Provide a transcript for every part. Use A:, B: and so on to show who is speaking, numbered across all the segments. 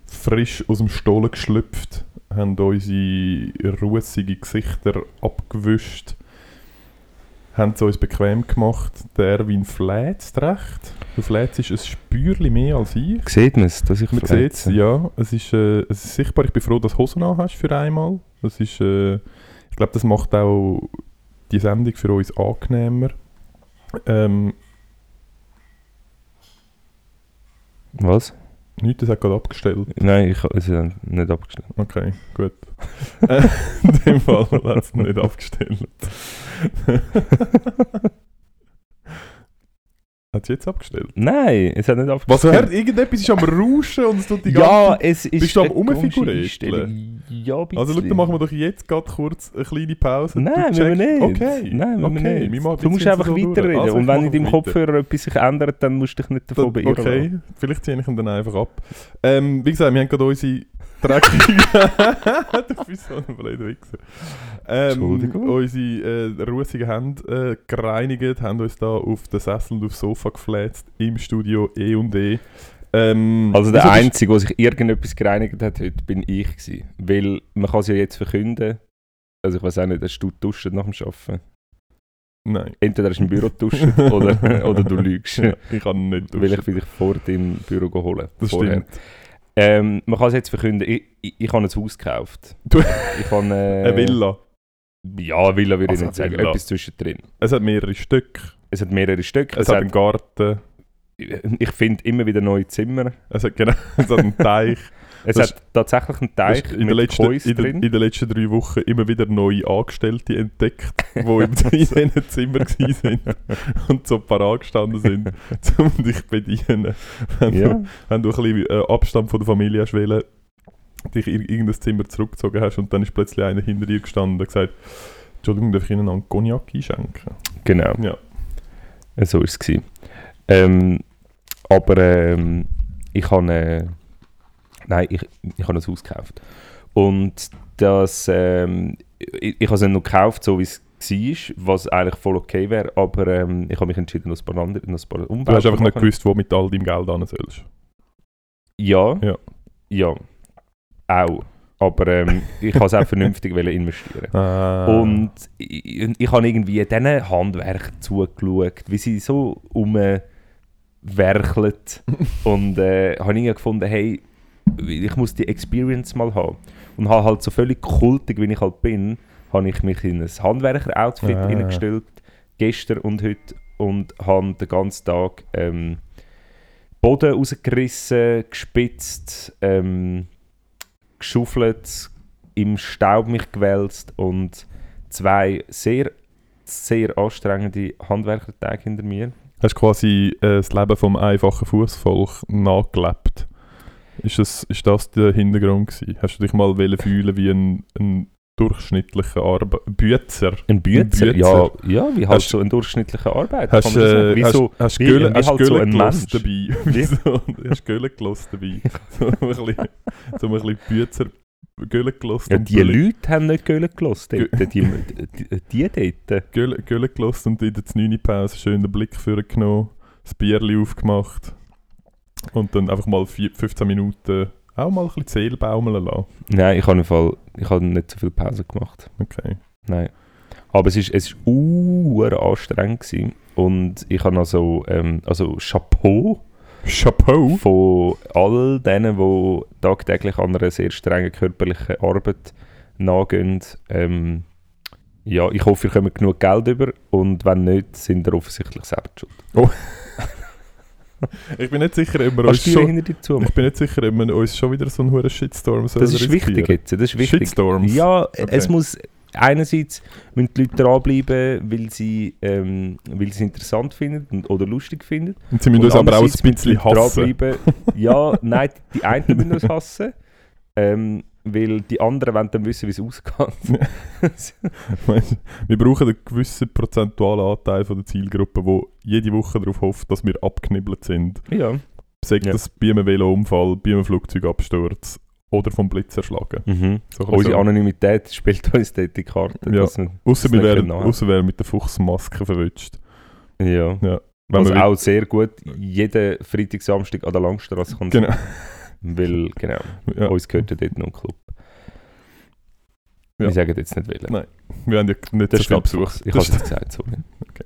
A: frisch aus dem Stollen geschlüpft, haben unsere russigen Gesichter abgewischt, haben es uns bequem gemacht. Der Erwin fläzt recht. Du fläzt ist ein Spürchen mehr als ich.
B: Sieht man es, dass ich
A: Man sieht es, ja. Es ist, äh, es ist sichtbar. Ich bin froh, dass du Hosen an hast für einmal. Das ist, äh, ich glaube, das macht auch die Sendung für uns angenehmer. Ähm,
B: Was?
A: nichts, das hat gerade abgestellt.
B: Nein, ich habe es äh, nicht abgestellt.
A: Okay, gut. Äh, In dem Fall hat es nicht abgestellt. hat es jetzt abgestellt?
B: Nein, es hat nicht abgestellt.
A: Was hört? Irgendetwas ist am Rauschen und es tut die ganze
B: Ja, es ist.
A: Bist du am
B: eine komische
A: Rumfigurieren?
B: Einstellung. Ja, bitte.
A: Also schau, dann machen wir doch jetzt gerade kurz eine kleine Pause.
B: Nein,
A: Du
B: müssen wir
A: checkst-
B: nicht.
A: Okay.
B: Nein, müssen
A: okay.
B: wir
A: wir
B: nicht.
A: machen
B: du musst
A: jetzt
B: einfach
A: so durch.
B: weiterreden.
A: Also,
B: und wenn
A: machen
B: in eh, deinem
A: wir weiter.
B: Kopfhörer etwas sich ändert, dann musst du dich nicht davon
A: Da-
B: beirren lassen.
A: Okay, vielleicht ziehe ich ihn dann einfach ab. Ähm, wie gesagt, wir haben gerade unsere dreckige... du bist so ein blöder Wichser. Ähm,
B: Entschuldigung.
A: unsere äh, russigen Hände äh, gereinigt, haben uns da auf den Sessel und aufs Sofa gefläzt, im Studio E und E. Ähm,
B: Also der
A: wieso bist-
B: Einzige, der sich irgendetwas gereinigt hat heute, bin ich gewesen. Weil man kann es ja jetzt verkünden. Also ich weiß auch nicht, hast du duschen nach dem Arbeiten?
A: Nein.
B: Entweder hast du im Büro duschen oder, oder du lügst.
A: Ja, ich kann nicht
B: Weil
A: duschen.
B: ich dich vor deinem Büro holen.
A: Das
B: vorher.
A: stimmt.
B: Ähm, man kann es jetzt verkünden. Ich, ich, ich habe ein Haus gekauft.
A: Du-
B: ich habe äh,
A: Eine Villa.
B: Ja, eine Villa würde ich
A: Also
B: nicht
A: eine
B: sagen.
A: Villa.
B: Etwas zwischendrin.
A: Es hat mehrere Stück.
B: Es hat mehrere Stück.
A: Es, hat einen Garten.
B: ich finde immer wieder neue Zimmer.
A: Es hat, genau, es hat einen Teich.
B: Es
A: Das-
B: hat tatsächlich einen Teich
A: Weisst, in,
B: mit
A: den letzten,
B: Kois
A: in, den,
B: drin.
A: in den letzten drei Wochen immer wieder neue Angestellte entdeckt, die in diesen Zimmer gewesen sind und so parat gestanden sind, um dich zu bedienen. Wenn,
B: ja.
A: du, wenn du ein bisschen äh, Abstand von der Familie hast wollen, dich in irgendein Zimmer zurückgezogen hast und dann ist plötzlich einer hinter dir gestanden und gesagt, Entschuldigung, darf ich Ihnen noch einen Cognac einschenken?
B: Genau.
A: Ja.
B: So war es. gewesen. Ähm, aber ähm, ich habe äh, nein, ich, ich habe ein Haus gekauft. Und das, ähm, ich, ich habe es nicht nur gekauft, so wie es war, was eigentlich voll okay wäre, aber ähm, ich habe mich entschieden, noch ein paar, andere, noch ein paar Umbauten
A: Du hast einfach
B: zu
A: nicht
B: machen.
A: gewusst, wo mit all deinem Geld hin sollst.
B: Ja.
A: Ja.
B: Ja. Auch. Aber ähm, ich kann es auch vernünftig wollen investieren.
A: Ah.
B: Und ich, und ich habe irgendwie diesen Handwerkern zugeschaut, wie sie so rumwerkeln. und äh, habe irgendwie gefunden, hey, ich muss die Experience mal haben. Und habe halt so völlig kultig, wie ich halt bin, habe ich mich in ein Handwerker-Outfit
A: Ah.
B: hineingestellt, gestern und heute, und habe den ganzen Tag ähm, Boden rausgerissen, gespitzt, ähm, geschaufelt, im Staub mich gewälzt und zwei sehr, sehr anstrengende Handwerkertage hinter mir.
A: Hast quasi äh, das Leben vom einfachen Fußvolk nachgelebt. Ist das, ist das der Hintergrund gewesen? Hast du dich mal wollen fühlen wie ein, ein durchschnittlicher Arbe Bützer?
B: Ein Bützer?
A: Bützer.
B: Ja, ja, wie halt
A: Hast-
B: so ein durchschnittlicher Arbeit.
A: Hast
B: kann man so sagen.
A: du
B: Wie
A: äh, hast,
B: so-
A: hast
B: wie-
A: Gülle
B: wie
A: hast
B: halt so
A: Gülle
B: ein
A: gelost
B: Mensch.
A: dabei? Wieso? Hast Gülle gelost dabei? So ein bisschen, so ein bisschen Bützer Gülle gelost
B: ja,
A: und
B: die
A: Gülle-
B: Leute haben nicht Göhlen gelassen. Dort, die, die, die dort.
A: Gülle, Gülle gelost und in der 9. Pause schön den Blick vorgenommen, das Bierli aufgemacht und dann einfach mal vier, 15 Minuten auch mal ein bisschen die Seele baumeln lassen.
B: Nein, ich habe im Fall ich habe nicht so viel Pause gemacht.
A: Okay.
B: Nein. Aber es ist es ist uhr anstrengend gewesen. und ich habe also ähm, also Chapeau
A: Chapeau.
B: von all denen, die tagtäglich an einer sehr strengen körperlichen Arbeit nachgehen. Ähm, ja, ich hoffe, ihr kommt genug Geld über und wenn nicht, sind ihr offensichtlich selbst schuld.
A: Ich bin nicht sicher, ob wir uns
B: Kannst du die
A: schon,
B: hinter dir zu
A: ich bin nicht sicher, ob wir uns schon wieder so einen hohen Shitstorm sollen
B: Das ist wichtig
A: riskieren.
B: jetzt, das ist wichtig.
A: Shitstorms.
B: Ja,
A: Okay.
B: es muss einerseits müssen die Leute dranbleiben, weil sie, ähm, weil sie es interessant finden und, oder lustig finden.
A: Und sie müssen uns
B: Und
A: aber auch ein
B: andererseits müssen die
A: bisschen
B: Leute
A: hassen.
B: dranbleiben. Ja, nein, die, die einen müssen uns hassen, ähm, weil die anderen wollen dann wissen, wie es ausgeht.
A: Weisst du, wir brauchen einen gewissen prozentualen Anteil von der Zielgruppe, die jede Woche darauf hofft, dass wir abgeknibbelt sind.
B: ja.
A: Sei
B: Ja.
A: das bei einem Velounfall, bei einem Flugzeugabsturz oder vom Blitz erschlagen.
B: Mhm.
A: So ein bisschen
B: Unsere Anonymität spielt uns dort die Karte. Also,
A: Ja.
B: dass wir-
A: Ausser wir
B: Das
A: wären,
B: können wir.
A: ausser wären mit der Fuchsmaske verwünscht.
B: ja.
A: Wenn
B: Was
A: wir
B: Also auch sehr gut jeden Freitag, Samstag an der Langstrasse kommt.
A: Genau.
B: Weil, genau,
A: wi- ja,
B: uns gehört ja dort noch ein Club.
A: Ja.
B: Wir sagen jetzt nicht welchen.
A: Nein, wir haben ja nicht
B: Das
A: so
B: ist
A: viel
B: Flachs.
A: Besuch.
B: Ich habe
A: Das
B: es
A: ist-
B: gesagt, sorry.
A: Okay.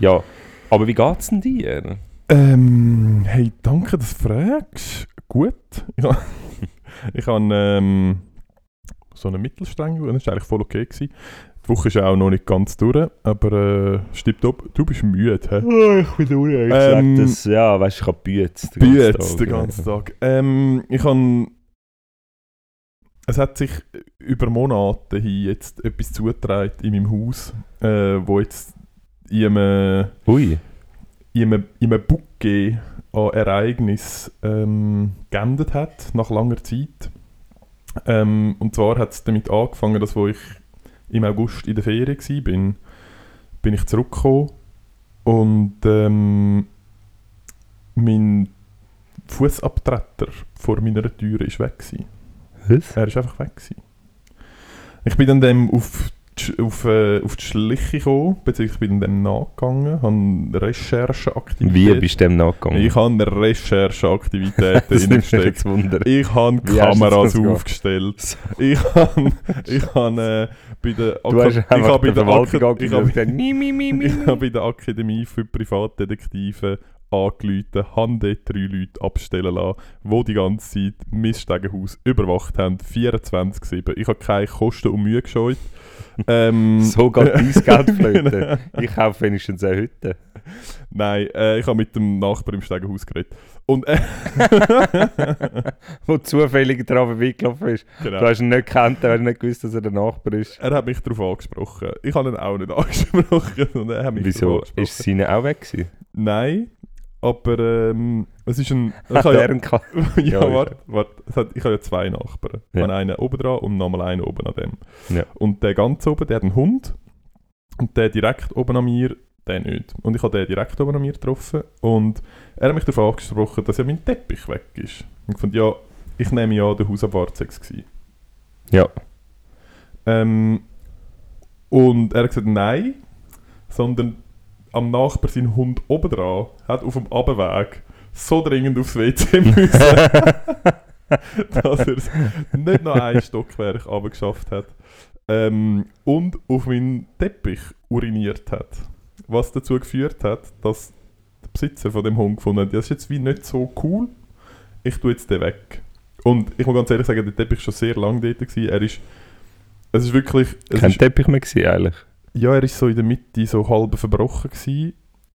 B: Ja, aber wie geht es denn dir?
A: Ähm, hey, danke, dass du fragst. Gut. Ich habe ich han, ähm, so eine Mittelstrenge, das war eigentlich voll okay. Gewesen. Die Woche ist auch noch nicht ganz durch, aber äh, stimmt ab, du bist müde. Hä?
B: Ich bin durch.
A: Ähm,
B: das, ja, weißt du, ich habe Bütz.
A: Jetzt den ganzen Tag. Ähm, ich habe. Es hat sich über Monate hin jetzt etwas zugetragen in meinem Haus, äh, wo jetzt in einem,
B: Ui,
A: in einem, in einem Bouquet an Ereignis ähm, geendet hat, nach langer Zeit. Ähm, und zwar hat es damit angefangen, dass wo ich im August in der Ferien war, bin, bin ich zurückgekommen und ähm, mein Fußabtreter vor meiner Tür ist weg. Gewesen.
B: was?
A: Er ist einfach weg. Gewesen. Ich bin dann dem auf die, Sch- auf, äh, auf die Schliche gekommen, beziehungsweise bin dem nachgegangen, habe Recherchen aktiviert.
B: Wie bist du dem nachgegangen?
A: Ich habe Rechercheaktivitäten
B: das nimmt mich
A: reingesteckt.
B: jetzt Wunder.
A: Ich habe
B: Wie hast du das
A: Kameras
B: gemacht?
A: aufgestellt. Ich habe ich habe, äh, bei der
B: Du hast
A: Aka- ich
B: einfach
A: habe bei der
B: der Verwaltung
A: Aka- ich habe-
B: angegeben. dann mi, mi, mi, mi.
A: ich habe bei der Akademie für Privatdetektive angerufen, haben dort drei Leute abstellen lassen, die die ganze Zeit mein Stegenhaus überwacht haben, 24-7. Ich habe keine Kosten und Mühe gescheut. Ähm,
B: So geht dein Geld flöten.
A: Genau.
B: Ich kaufe wenigstens eine Hütte.
A: Nein, äh, ich habe mit dem Nachbarn im Stegenhaus geredet. Und äh,
B: Wo zufällig dran vorbeigelaufen ist.
A: genau.
B: Du hast ihn nicht gekannt, du hast nicht gewusst, dass er der Nachbar ist.
A: Er hat mich darauf angesprochen. Ich habe ihn auch nicht angesprochen. Und er hat mich
B: Wieso?
A: darauf
B: Ist
A: angesprochen.
B: seine auch weg gewesen?
A: Nein, aber ähm, es ist ein. Ich
B: Hat
A: habe
B: er
A: ja,
B: einen gehabt?
A: ja,
B: Ja,
A: warte, warte. Es hat, ich habe ja zwei Nachbarn. Ich
B: Ja.
A: habe einen oben dran und nochmal einen oben an dem.
B: Ja.
A: Und der ganz oben, der hat einen Hund. Und der direkt oben an mir, der nicht. Und ich habe den direkt oben an mir getroffen. Und er hat mich darauf angesprochen, dass ja mein Teppich weg ist. Und ich fand, ja, ich nehme ja der Hausabwart war.
B: Ja.
A: Ähm, und er hat gesagt, nein, sondern am Nachbar sein Hund obendran hat auf dem Abweg so dringend aufs WC müssen, dass er es nicht noch ein Stockwerk geschafft hat. Ähm, und auf meinen Teppich uriniert hat. Was dazu geführt hat, dass der Besitzer von dem Hund gefunden hat, das ist jetzt wie nicht so cool, ich tue jetzt den weg. Und ich muss ganz ehrlich sagen, der Teppich war schon sehr lange dort. Gewesen. Er ist, es ist wirklich... Es
B: Kein
A: ist,
B: Teppich mehr gewesen, eigentlich.
A: ja, er ist so in der Mitte so halb verbrochen gewesen.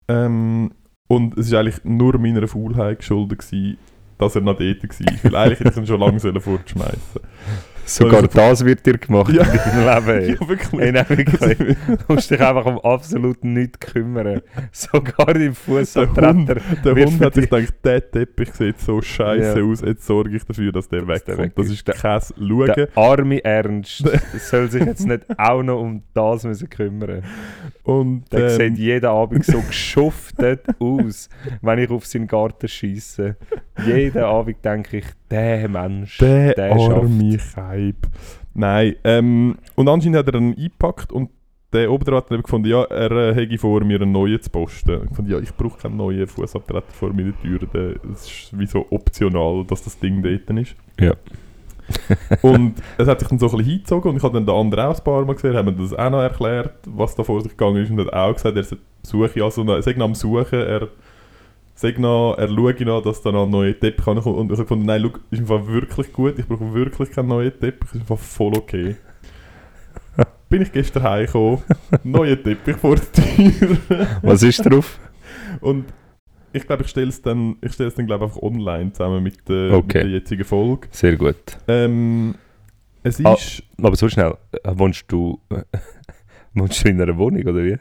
A: Ähm, und es ist eigentlich nur meiner Faulheit geschuldet gewesen, dass er noch dort war. Weil eigentlich hätte ich ihn schon lange sollen fortschmeißen
B: Sogar
A: Also-
B: das wird dir gemacht
A: Ja.
B: in deinem Leben. ey.
A: Ja,
B: Um Ey,
A: wirklich. Also,
B: nein, wirklich. Du musst dich einfach um absolut nichts kümmern. Sogar dein Fußabtreter.
A: Der
B: Wir
A: Hund hat sich
B: verdienen-
A: gedacht, der Teppich sieht so scheiße aus, jetzt sorge ich dafür, dass der
B: Dass der
A: wegkommt.
B: weg
A: Das ist
B: ist.
A: kein Schauen.
B: Der arme Ernst soll sich jetzt nicht auch noch um das müssen kümmern
A: Und,
B: Der
A: ähm,
B: sieht jeden Abend so geschuftet aus, wenn ich auf seinen Garten schieße. Jeden Abend denke ich, der Mensch.
A: Der,
B: Der
A: arme Keib. Nein, ähm, und anscheinend hat er ihn eingepackt und der Oberrat hat eben gefunden, ja, er äh, hätte vor mir einen neuen zu posten. Ich fand, ja, ich brauche keinen neuen Fußabtreter vor meiner Tür. Der- Es ist wie so optional, dass das Ding dort ist.
B: Ja.
A: und es hat sich dann so ein bisschen hingezogen und ich habe dann den anderen auch ein paar Mal gesehen, haben mir das auch noch erklärt, was da vor sich gegangen ist und hat auch gesagt, er sei- suche also, noch- er sei noch am Suchen, er sag noch, er schaue noch, dass da noch ein neuer Teppich kommt. Und ich habe gefunden, nein, schau, ist im Fall wirklich gut, ich brauche wirklich keinen neuen Teppich, ist im Fall voll okay. Bin ich gestern heimgekommen, neuer Teppich vor der Tür.
B: Was ist drauf?
A: Und ich glaube, ich stelle es dann, ich stelle es dann glaube ich, einfach online zusammen mit, der-
B: Okay.
A: mit der jetzigen Folge.
B: Sehr gut.
A: Ähm, es
B: Ah.
A: ist...
B: Aber so schnell, äh, wohnst du, wohnst du in einer Wohnung oder wie?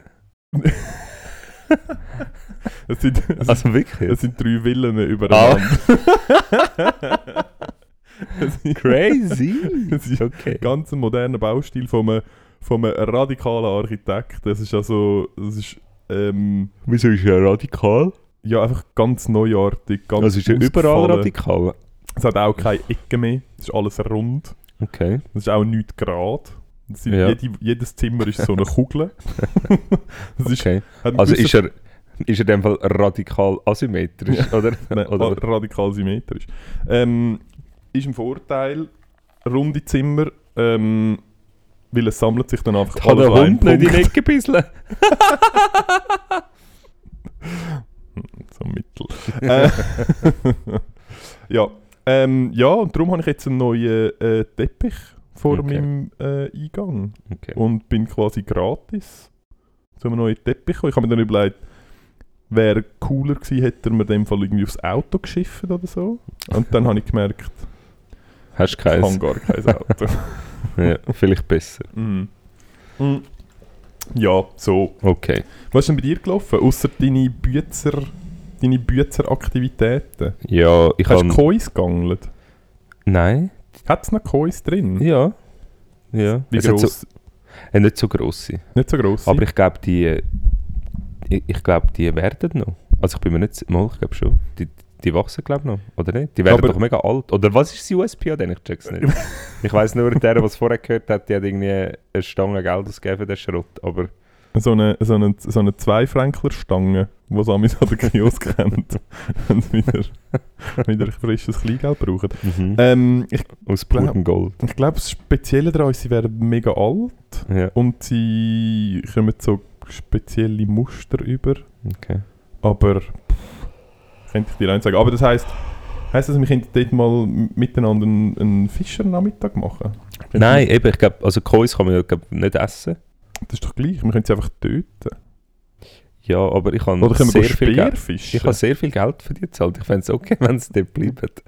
A: es, sind, es,
B: Also wirklich?
A: es sind drei Villen übereinander.
B: Ah.
A: es ist
B: Crazy!
A: Es ist-
B: okay.
A: ganz ein moderner Baustil von einem, von einem radikalen Architekt. Das ist also... Das ist, ähm,
B: Wieso ist er radikal?
A: ja, einfach ganz neuartig, ganz
B: Also ist er überall
A: ausgefallen.
B: radikal.
A: Es hat auch keine Ecken mehr. Es ist alles rund.
B: Okay.
A: Es ist auch nicht gerade. Es sind
B: Ja.
A: jede, jedes Zimmer ist so eine Kugel. Es ist,
B: okay.
A: hat einen
B: Also
A: gewissen-
B: ist er, ist er in dem Fall radikal asymmetrisch, oder?
A: Nein,
B: oder?
A: ra- radikal symmetrisch. Ähm, ist ein Vorteil, runde Zimmer, ähm, weil es sammelt sich dann einfach
B: Hat der
A: an einem
B: Hund nicht in die
A: Punkt.
B: Ecke bisseln?
A: So mittel. Äh, ja, ähm, ja, und darum habe ich jetzt einen neuen äh, Teppich vor
B: Okay.
A: meinem äh, Eingang
B: Okay.
A: und bin quasi gratis zu einem neuen Teppich. gekommen. Ich habe mir dann überlegt, wäre cooler gewesen, hätte er mir in dem Fall irgendwie aufs Auto geschifft oder so. Und dann habe ich gemerkt,
B: Hast du
A: ich habe
B: keins?
A: gar kein Auto.
B: Ja, vielleicht besser.
A: Mhm. Mhm. Ja, so.
B: Okay.
A: Was ist denn bei dir gelaufen? Außer deine Bützer, deine Bützer-Aktivitäten.
B: Ja, ich
A: Hast du
B: habe...
A: Kois geangelt?
B: Nein?
A: Hat es noch Kois drin?
B: Ja. Ja.
A: Wie
B: Es hat
A: gross?
B: So, äh, nicht so grosse.
A: Nicht so gross.
B: Aber ich glaube, die... äh, Ich, ich glaube, die werden noch. Also ich bin mir nicht... si- Mal, ich glaube schon. Die, die wachsen, glaube ich, noch. Oder nicht? Die werden
A: Aber-
B: doch mega alt. Oder was ist die USP an denen? Ich check's nicht. ich weiss nur, der, der es vorher gehört hat, die hat irgendwie eine Stange Geld ausgegeben für den Schrott. Aber...
A: so eine, so eine, so eine Zwei-Frankler-Stange, die es amis an der Kiosk kennt. Und wieder, wieder frisches Kleingeld brauchen. Ähm, ich
B: Aus
A: glaub-
B: purem Gold.
A: ich glaube, das Spezielle daran ist, sie werden mega alt
B: Ja.
A: und sie kommen so spezielle Muster über.
B: Okay.
A: Aber pff, könnte ich dir eins sagen. Aber das heisst, heisst das, wir könnten dort mal m- miteinander einen, einen Fischernachmittag machen? Könnten
B: Nein, eben, ich glaube, also Kois kann man ja, glaub, nicht essen.
A: wir- Das ist doch gleich, wir können sie einfach töten.
B: Ja, aber ich habe
A: Oder können
B: sehr
A: wir
B: viel Geld.
A: Speerfischen?
B: Ich habe sehr viel Geld für die gezahlt. Ich fände es okay, wenn es dort bleibt.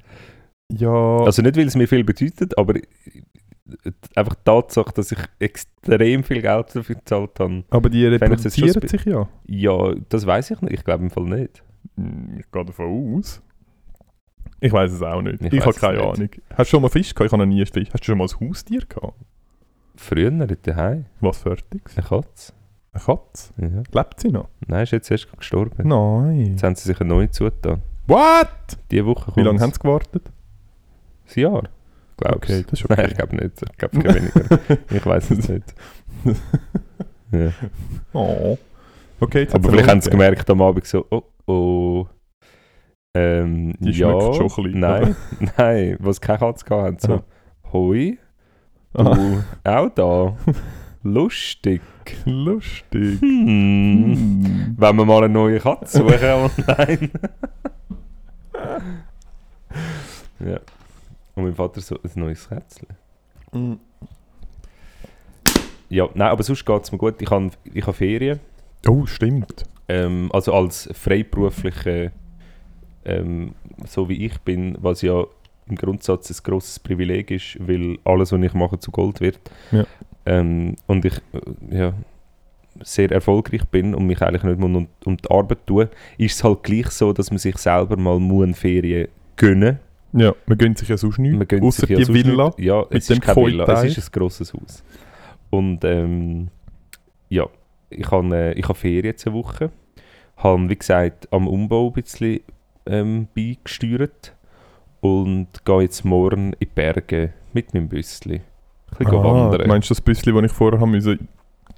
A: ja,
B: Also nicht, weil es mir viel bedeutet, aber äh, einfach die Tatsache, dass ich extrem viel Geld dafür gezahlt habe.
A: aber die
B: fände ich das schon
A: reproduzieren
B: spe-
A: sich ja.
B: Ja, das weiß ich nicht. Ich glaube im Fall nicht.
A: Hm, Ich gehe davon aus. Ich weiß es auch nicht.
B: Ich
A: Ich,
B: weiss
A: habe
B: es
A: keine
B: nicht.
A: Ahnung. Hast du schon mal Fisch gehabt? Ich habe noch nie einen Fisch. Hast du schon mal ein Haustier gehabt?
B: Früher nicht daheim.
A: Was fertiges?
B: Eine Katze.
A: Eine Katze?
B: Ja.
A: Lebt sie noch?
B: Nein, ist jetzt erst gestorben.
A: Nein.
B: Jetzt haben sie sich eine neue zugetan.
A: What?
B: Diese Woche
A: Wie lange haben
B: kommt's.
A: sie gewartet?
B: Ein Jahr. Glaubst
A: Okay, das ist
B: Nein,
A: okay.
B: ich glaube nicht. Ich glaube weniger. ich weiß es nicht. ja.
A: Oh. Okay, jetzt
B: Aber
A: hat's
B: vielleicht
A: einen
B: haben
A: Hund
B: sie gemerkt am Abend so, oh oh. Ähm,
A: Die
B: ja,
A: schmeckt schon ein bisschen,
B: Nein, nein, was keine Katze gehabt haben, so,
A: Aha.
B: hoi, du
A: gegeben.
B: auch da. Lustig.
A: Ah, lustig.
B: Hm.
A: Hm.
B: Wenn wir mal eine neue Katze suchen oh online. ja. Und mein Vater so ein neues Kätzchen.
A: Mm.
B: Ja, nein, aber sonst geht es mir gut. Ich habe ich hab Ferien.
A: Oh, stimmt.
B: Ähm, also als freiberufliche, ähm, so wie ich bin, was ja im Grundsatz ein grosses Privileg ist, weil alles, was ich mache, zu Gold wird.
A: Ja.
B: Ähm, und ich äh, ja, sehr erfolgreich bin und mich eigentlich nicht mal um, um die Arbeit tue, ist es halt gleich so, dass man sich selber mal muss eine Ferien gönnen
A: Ja, man gönnt sich ja sonst nichts.
B: man gönnt
A: Mhm. Außer
B: sich ja
A: die
B: sonst
A: Villa.
B: nicht- Ja,
A: mit
B: es
A: dem
B: ist keine Villa,
A: Koi-Teil.
B: es ist ein grosses Haus. Und ähm, ja, ich habe äh, ich habe Ferien diese Woche. Habe, wie gesagt, am Umbau ein bisschen ähm, beigesteuert. Und gehe jetzt morgen in die Berge mit meinem Büssli. Ein bisschen
A: Ah,
B: wandern.
A: Meinst du das bisschen, das ich vorher haben müssen,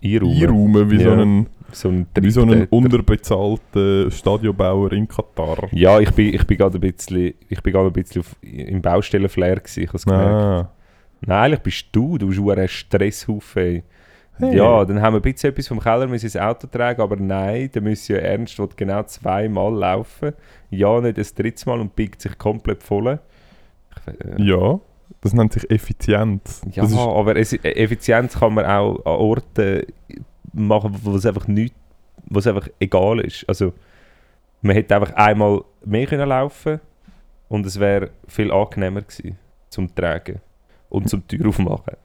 B: Einräumen.
A: einräumen, wie, so
B: Ja.
A: einen,
B: So ein
A: wie so einen
B: Triebtäter.
A: unterbezahlten Stadionbauer in Katar?
B: Ja, ich bin, ich bin gerade ein bisschen, ich bin gerade ein bisschen auf, im Baustellenflair gewesen, ich habe es gemerkt.
A: Ah.
B: Nein, eigentlich bist du, du bist auch ein Stresshaufen. ey.
A: Hey.
B: Ja, dann haben wir ein bisschen etwas vom Keller müssen ins Auto tragen, aber nein, dann müssen ja Ernst will genau zweimal laufen. Ja, nicht das drittes Mal und biegt sich komplett voll. Ich, we- äh,
A: Ja, das nennt sich Effizienz.
B: ja,
A: Das ist,
B: aber es, äh, Effizienz kann man auch an Orten machen, wo es einfach nicht, wo es einfach egal ist. Also man hätte einfach einmal mehr können laufen und es wäre viel angenehmer gewesen zum Tragen und zum Tür aufmachen.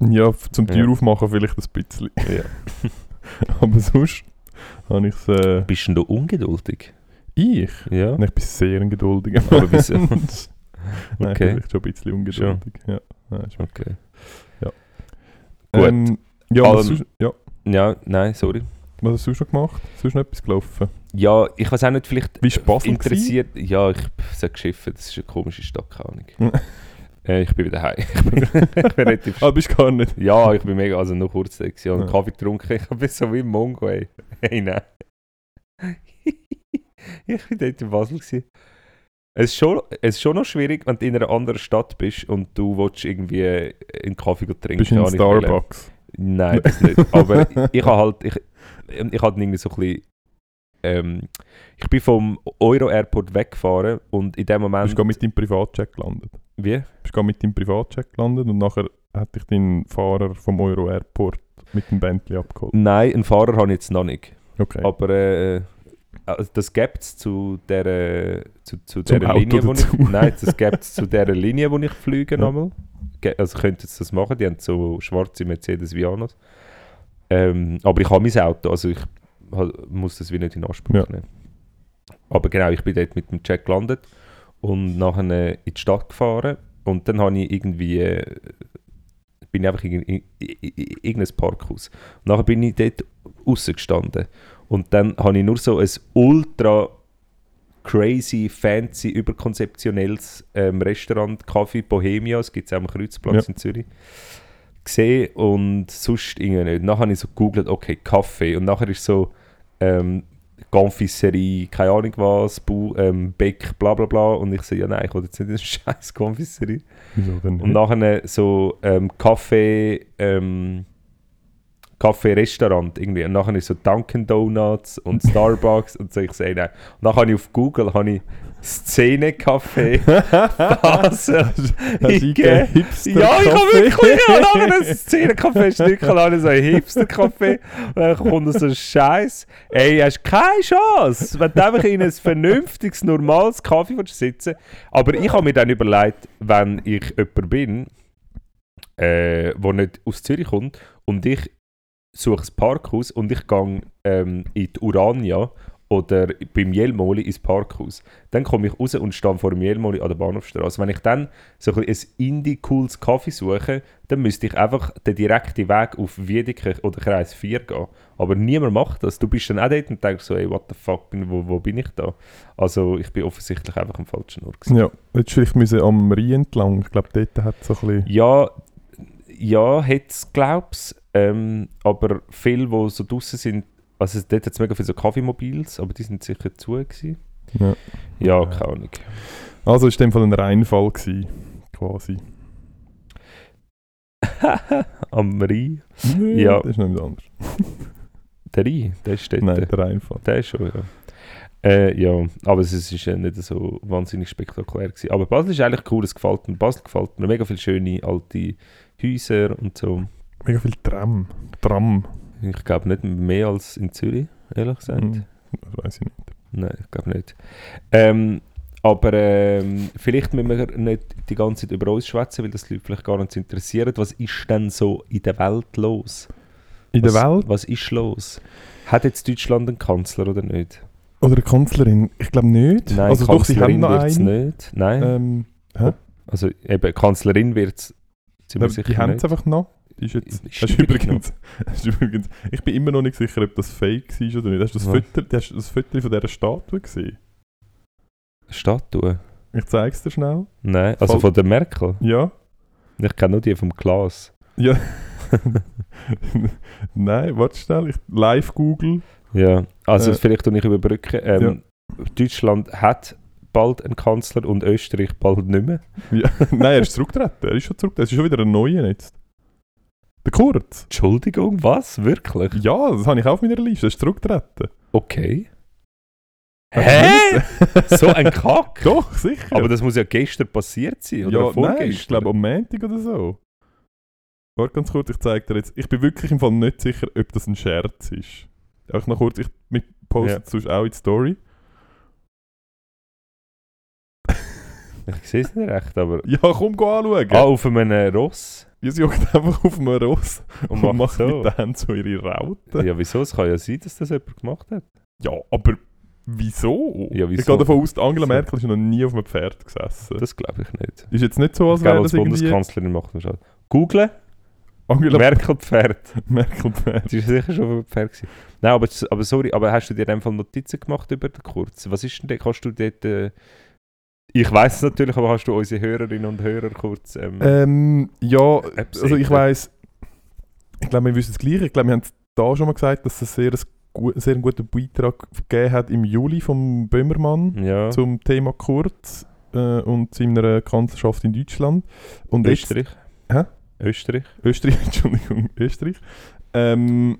A: ja, f- zum Tür
B: Ja.
A: aufmachen vielleicht ein bisschen.
B: Ja.
A: Aber sonst habe ich es. Äh,
B: Bist du denn da ungeduldig?
A: ich?
B: Ja.
A: Nein, ich bin sehr ungeduldig.
B: Aber wieso?
A: Nein,
B: Okay.
A: vielleicht schon ein bisschen ungeduldig. Ja. Nein, ist mir-
B: Okay.
A: Ja.
B: Gut.
A: Ähm, ja, was
B: Ähm,
A: sonst- ja,
B: Ja, nein, sorry.
A: was hast du sonst noch gemacht? Sonst noch etwas gelaufen?
B: ja, ich weiß auch nicht, vielleicht
A: Wie war Basel?
B: interessiert. Ja, ich sage geschiffen, das ist eine komische Stadt, keine Ahnung. äh, ich bin wieder heim. Ich bin, ich bin relativ
A: gewesen? Ah, bist gar nicht.
B: Ja, ich bin mega, also nur kurz da gewesen, ich habe einen
A: Ja.
B: Kaffee getrunken, ich bin so wie ein Mongo, ey. Hey, nein. ich bin dort in Basel. Gewesen. Es ist, schon, es ist schon noch schwierig, wenn du in einer anderen Stadt bist und du willst irgendwie einen Kaffee trinken.
A: Bist in
B: keine Ahnung, welchen.
A: Starbucks.
B: Nein, das nicht. Aber ich habe halt, ich, ich hatte irgendwie so ein bisschen, ähm, ich bin vom Euro Airport weggefahren und in dem
A: Bist du
B: Moment,
A: gar mit deinem Privatjet gelandet.
B: wie?
A: Bist du gar mit deinem Privatjet gelandet und nachher hat dich dein Fahrer vom Euro Airport mit dem Bentley abgeholt.
B: Nein, einen Fahrer habe ich jetzt noch nicht.
A: Okay.
B: Aber äh, also das gibt es zu der, äh, zu, zu
A: Zum
B: der
A: Auto
B: Linie, wo ich,
A: dazu.
B: nein, das gibt es zu der Linie, wo ich fliege
A: Ja.
B: nochmal. Ge- Also könnten sie das machen, die haben so schwarze Mercedes Vianos. Ähm, aber ich habe mein Auto, also ich ha- muss das wie nicht in Anspruch
A: Ja.
B: nehmen. Aber genau, ich bin dort mit dem Check gelandet und nachher äh, in die Stadt gefahren und dann habe ich irgendwie äh, bin ich einfach in, in, in, in irgendein Parkhaus. Und nachher bin ich dort aussen gestanden. Und dann habe ich nur so ein ultra crazy, fancy, überkonzeptionelles ähm, Restaurant, Kaffee Bohemia, das gibt es auch am Kreuzplatz in Zürich, gesehen und sonst irgendwie nicht. Nachher habe ich so gegoogelt, okay, Kaffee. Und nachher ist so ähm, Confiserie, keine Ahnung was, Bu ähm, Beck, bla bla bla. Und ich so, ja nein, ich will jetzt nicht eine scheiß Confiserie.
A: Wieso denn
B: Und
A: nicht?
B: nachher so ähm, Kaffee, ähm, Kaffee-Restaurant irgendwie. Und nachher ist so Dunkin' Donuts und Starbucks und so. Ich sehe, nein. Und dann habe ich auf Google habe ich Szene-Kaffee Also, Basel.
A: Hast du
B: eingegeben.
A: eingegeben, Hipster
B: Ja, ich habe
A: Kaffee?
B: wirklich ich habe nachher ein Szene-Kaffee-Stück und habe so ein Hipster-Kaffee. Und dann kommt so ein Scheiß. Ey, hast keine Chance, wenn du einfach in ein vernünftiges, normales Kaffee willst sitzen Aber ich habe mir dann überlegt, wenn ich jemand bin, äh, der nicht aus Zürich kommt und ich suche ein Parkhaus und ich gehe ähm, in die Urania oder beim Jelmoli ins Parkhaus. Dann komme ich raus und stehe vor dem Jelmoli an der Bahnhofstraße. Wenn ich dann so ein, bisschen ein indie-cooles Kaffee suche, dann müsste ich einfach den direkten Weg auf Wiedeke oder Kreis 4 gehen. Aber niemand macht das. Du bist dann auch dort und denkst so, ey, what the fuck, bin, wo, wo bin ich da? Also ich bin offensichtlich einfach am falschen Ort. gewesen.
A: Ja, hättest du vielleicht müssen am Rhein entlang. Ich glaube, dort hat es so ein bisschen...
B: Ja, ja, hat's, glaub's. Ähm, aber viele, die so draußen sind, also dort hat es mega viele so Kaffeemobils, aber die sind sicher zu gewesen.
A: Ja.
B: Ja,
A: Ja.
B: keine Ahnung.
A: Also ist in dem Fall ein Reinfall gewesen, quasi.
B: Am Rhein. Ja.
A: Das ist nicht anders.
B: Der Rhein, der ist dort.
A: Nein, der Reinfall.
B: Der ist schon, ja. Äh, ja, aber es ist ja nicht so wahnsinnig spektakulär gewesen. Aber Basel ist eigentlich cool, es gefällt mir. Basel gefällt mir. Mega viele schöne alte Häuser und so.
A: Mega viel Tram. Tram.
B: Ich glaube nicht mehr als in Zürich, ehrlich gesagt.
A: Hm. Das weiß ich nicht.
B: Nein, ich glaube nicht. Ähm, aber ähm, vielleicht müssen wir nicht die ganze Zeit über uns schwätzen, weil das die Leute vielleicht gar nicht interessiert. Was ist denn so in der Welt los?
A: In
B: was,
A: der Welt
B: Was ist los? Hat jetzt Deutschland einen Kanzler oder nicht?
A: oder eine Kanzlerin? Ich glaube nicht.
B: Nein,
A: also doch, sie haben
B: Kanzlerin
A: noch
B: wird's
A: einen.
B: nicht. Nein,
A: Ähm, hä?
B: also eben, Kanzlerin wird es ziemlich
A: die
B: sicher
A: haben es
B: nicht.
A: einfach noch. Die ist jetzt,
B: Ist
A: hast du
B: übrig
A: übrigens, hast du übrigens, ich bin immer noch nicht sicher, ob das fake war oder nicht. Hast du das,
B: Was?
A: Foto, hast du das Foto von dieser Statue gesehen?
B: Statue?
A: Ich zeige es dir schnell.
B: Nein, also
A: Voll-
B: von der Merkel.
A: Ja.
B: Ich kenne nur die vom Klaas.
A: Nein, warte schnell. Ich live google.
B: Ja, also
A: Äh,
B: vielleicht tue ich überbrücken. Ähm, Deutschland hat bald einen Kanzler und Österreich bald nicht mehr.
A: Ja. Nein, er ist zurückgetreten. Er ist schon zurückgetreten. Es ist schon wieder ein neuer jetzt. Der Kurz.
B: Entschuldigung, was? Wirklich?
A: Ja, das habe ich auch auf meiner Liste. Er ist zurückgetreten.
B: Okay.
A: Hä?
B: so ein Kack?
A: Äh, Doch, sicher.
B: Aber das muss ja gestern passiert sein, oder
A: ja,
B: vorgestern?
A: nein, ich glaube am Montag oder so. Warte ganz kurz, ich zeige dir jetzt. Ich bin wirklich im Fall nicht sicher, ob das ein Scherz ist. Einfach noch kurz, ich mit poste
B: Ja.
A: es sonst auch in die Story.
B: Ich sehe es nicht recht, aber...
A: Ja, komm, geh anschauen.
B: Ah, auf einem äh, Ross?
A: Ja, sie hockt einfach auf einem Ross
B: Und
A: und,
B: macht
A: macht
B: so.
A: mit den Händen so ihre Raute.
B: Ja, wieso? Es kann ja sein, dass das jemand gemacht hat.
A: Ja, aber wieso?
B: Ja, wieso?
A: Ich gehe davon aus, die Angela
B: Wieso?
A: Merkel ist noch nie auf einem Pferd gesessen.
B: Das glaube ich nicht.
A: Ist jetzt nicht so,
B: Ich
A: als
B: glaube,
A: wäre
B: als
A: das irgendwie...
B: Bundeskanzlerin macht man schon. Googlen?
A: Angela
B: Merkel-Pferd.
A: Merkel Pferd.
B: Das war sicher schon ein Pferd. Gewesen. Nein, aber, aber sorry, aber hast du dir in dem Fall Notizen gemacht über den Kurz? Was ist denn, der- kannst du dort... Äh, ich weiß es natürlich, aber hast du unsere Hörerinnen und Hörer kurz... Ähm,
A: Ähm, ja,
B: Apps
A: also ich
B: Äh, sicher.
A: weiss, ich glaube, wir wissen das Gleiche. Ich glaube, wir haben da schon mal gesagt, dass es sehr, ein, gu- sehr einen guten Beitrag gegeben hat im Juli vom Böhmermann.
B: ja,
A: zum Thema Kurz äh, und seiner Kanzlerschaft in Deutschland. Und jetzt-
B: Österreich.
A: Hä?
B: Österreich.
A: Österreich, Entschuldigung, Österreich. Ähm,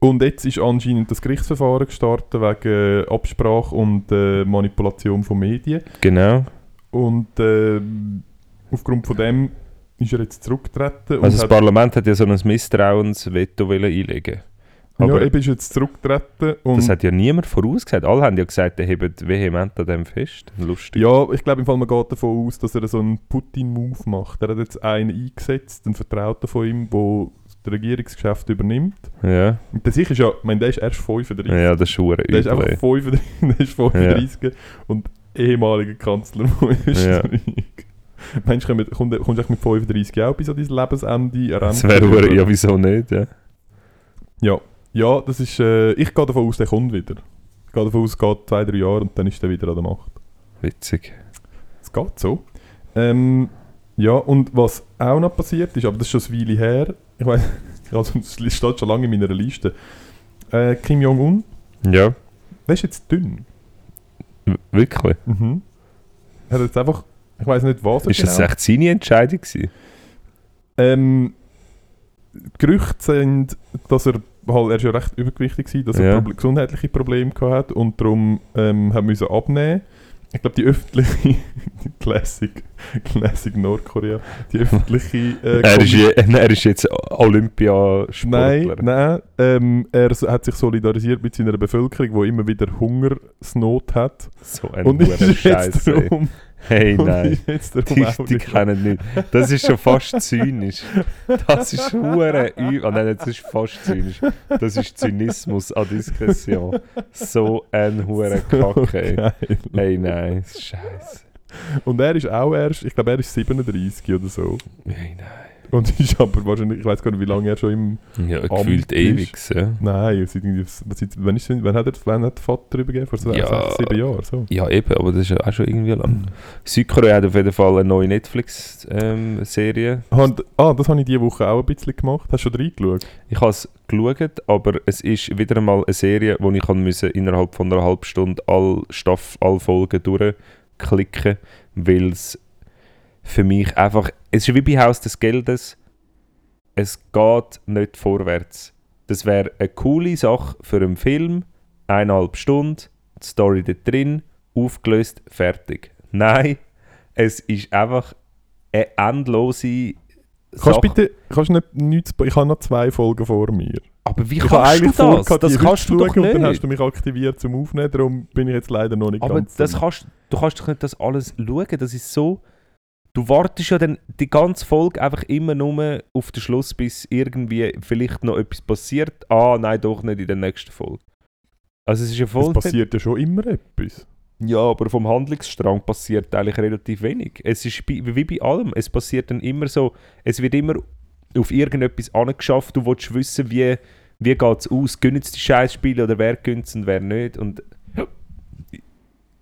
A: und jetzt ist anscheinend das Gerichtsverfahren gestartet wegen Absprache und äh, Manipulation von Medien.
B: Genau.
A: Und ähm, aufgrund von dem ist er jetzt zurückgetreten. Und
B: Also das
A: hat-
B: Parlament hat ja so ein Misstrauensveto wollen einlegen
A: ja,
B: aber-
A: eben ist jetzt zurückgetreten. Und
B: Das hat ja niemand vorausgesagt. Alle haben ja gesagt, er hebt vehement an dem fest. Lustig.
A: Ja, ich glaube, im Fall man geht davon aus, dass er so einen Putin-Move macht. Er hat jetzt einen eingesetzt, einen Vertrauten von ihm, der das Regierungsgeschäft übernimmt.
B: Ja,
A: Und der sich ist ja, ich meine, der ist erst 35.
B: ja, das ist hure
A: der ist
B: übel, ey.
A: einfach 35, der ist 35 und ehemaliger Kanzler von Österreich. Meinst du, kommst du eigentlich mit 35 auch bis an dein Lebensende?
B: Das
A: Rente?
B: wäre hure- ja wieso nicht, ja.
A: Ja, das ist, äh, ich gehe davon aus, der kommt wieder. Ich gehe davon aus, es geht zwei, drei Jahre und dann ist er wieder an der Macht.
B: Witzig.
A: Es geht so. Ähm, ja, und was auch noch passiert ist, aber das ist schon eine Weile her, ich weiß, also es steht schon lange in meiner Liste, äh, Kim Jong-un,
B: Ja,
A: der ist jetzt dünn.
B: w- wirklich.
A: Mhm. Er hat jetzt einfach, ich weiß nicht was er genau
B: Ist das echt seine Entscheidung gewesen?
A: Ähm, die Gerüchte sind, dass er, halt, er ist ja recht übergewichtig war, dass
B: Ja.
A: er Proble gesundheitliche Probleme gehabt hat und darum ähm, hat müssen abnehmen. Ich glaube, die öffentliche Classic, Classic Nordkorea, die öffentliche äh,
B: Er ist, eh
A: Kommission-
B: je, er ist jetzt
A: Nein,
B: Olympiasportler.
A: nein. Ähm, er s- hat sich solidarisiert mit seiner Bevölkerung, die immer wieder Hungersnot hat.
B: So ein
A: und
B: hoher
A: ist jetzt
B: Scheiß. ey.
A: darum,
B: Hey,
A: und
B: nein.
A: ist jetzt darum
B: Die,
A: auch
B: die
A: nicht.
B: kennen nicht. Das ist schon fast zynisch. Das ist hure ü- Oh nein, das ist fast zynisch. Das ist Zynismus an Diskretion. So ein hure Kacke.
A: Geil.
B: ey. Hey, nein. Scheiße.
A: Und er ist auch erst, ich glaube, er ist 37 oder so.
B: Hey, nein.
A: Und ist aber wahrscheinlich, ich weiß gar nicht, wie lange er schon im.
B: Ja,
A: gefühlt
B: gefühlt
A: ewig,
B: ewig. Ja.
A: Nein, seit, irgendwie- seit, wann, ist, wann, hat er, wann hat der Vater darüber gegeben? Vor so
B: Ja. Ähm.
A: 6, 7 Jahren. So.
B: ja, eben, aber das ist ja auch schon irgendwie lang. Südkorea hat auf jeden Fall eine neue ähm, Netflix-Serie.
A: Und, ah, das habe ich diese Woche auch ein bisschen gemacht. Hast du schon reingeschaut?
B: Ich habe es geschaut, aber es ist wieder einmal eine Serie, wo ich han müssen, innerhalb von einer halben Stunde alle Staff, alle Folgen durchklicken weil es für mich einfach. Es ist wie bei Haus des Geldes. Es geht nicht vorwärts. Das wäre eine coole Sache für einen Film. Eineinhalb Stunden, die Story da drin, aufgelöst, fertig. Nein, es ist einfach eine endlose
A: Kannst
B: Sache.
A: du bitte, kannst du nicht, nichts, ich habe noch zwei Folgen vor mir.
B: Aber wie
A: Ich habe
B: kannst du
A: eigentlich
B: das?
A: vorgehabt,
B: Das
A: die
B: kannst du
A: heute zu
B: doch
A: schauen Und dann hast
B: nicht.
A: du mich aktiviert zum Aufnehmen, darum bin ich jetzt leider noch nicht
B: Aber
A: ganz...
B: das
A: so-
B: kannst, du kannst doch nicht das alles schauen. Das ist so... Du wartest ja dann die ganze Folge einfach immer nur auf den Schluss, bis irgendwie vielleicht noch etwas passiert. Ah, nein, doch nicht in der nächsten Folge. Also es ist ja voll...
A: es passiert ja schon immer etwas.
B: Ja, aber vom Handlungsstrang passiert eigentlich relativ wenig. Es ist bei, wie bei allem. Es passiert dann immer so, es wird immer auf irgendetwas angeschafft. Du willst wissen, wie, wie geht es aus? Gönnen sie die Scheißspiele oder wer gönnt es und wer nicht? Und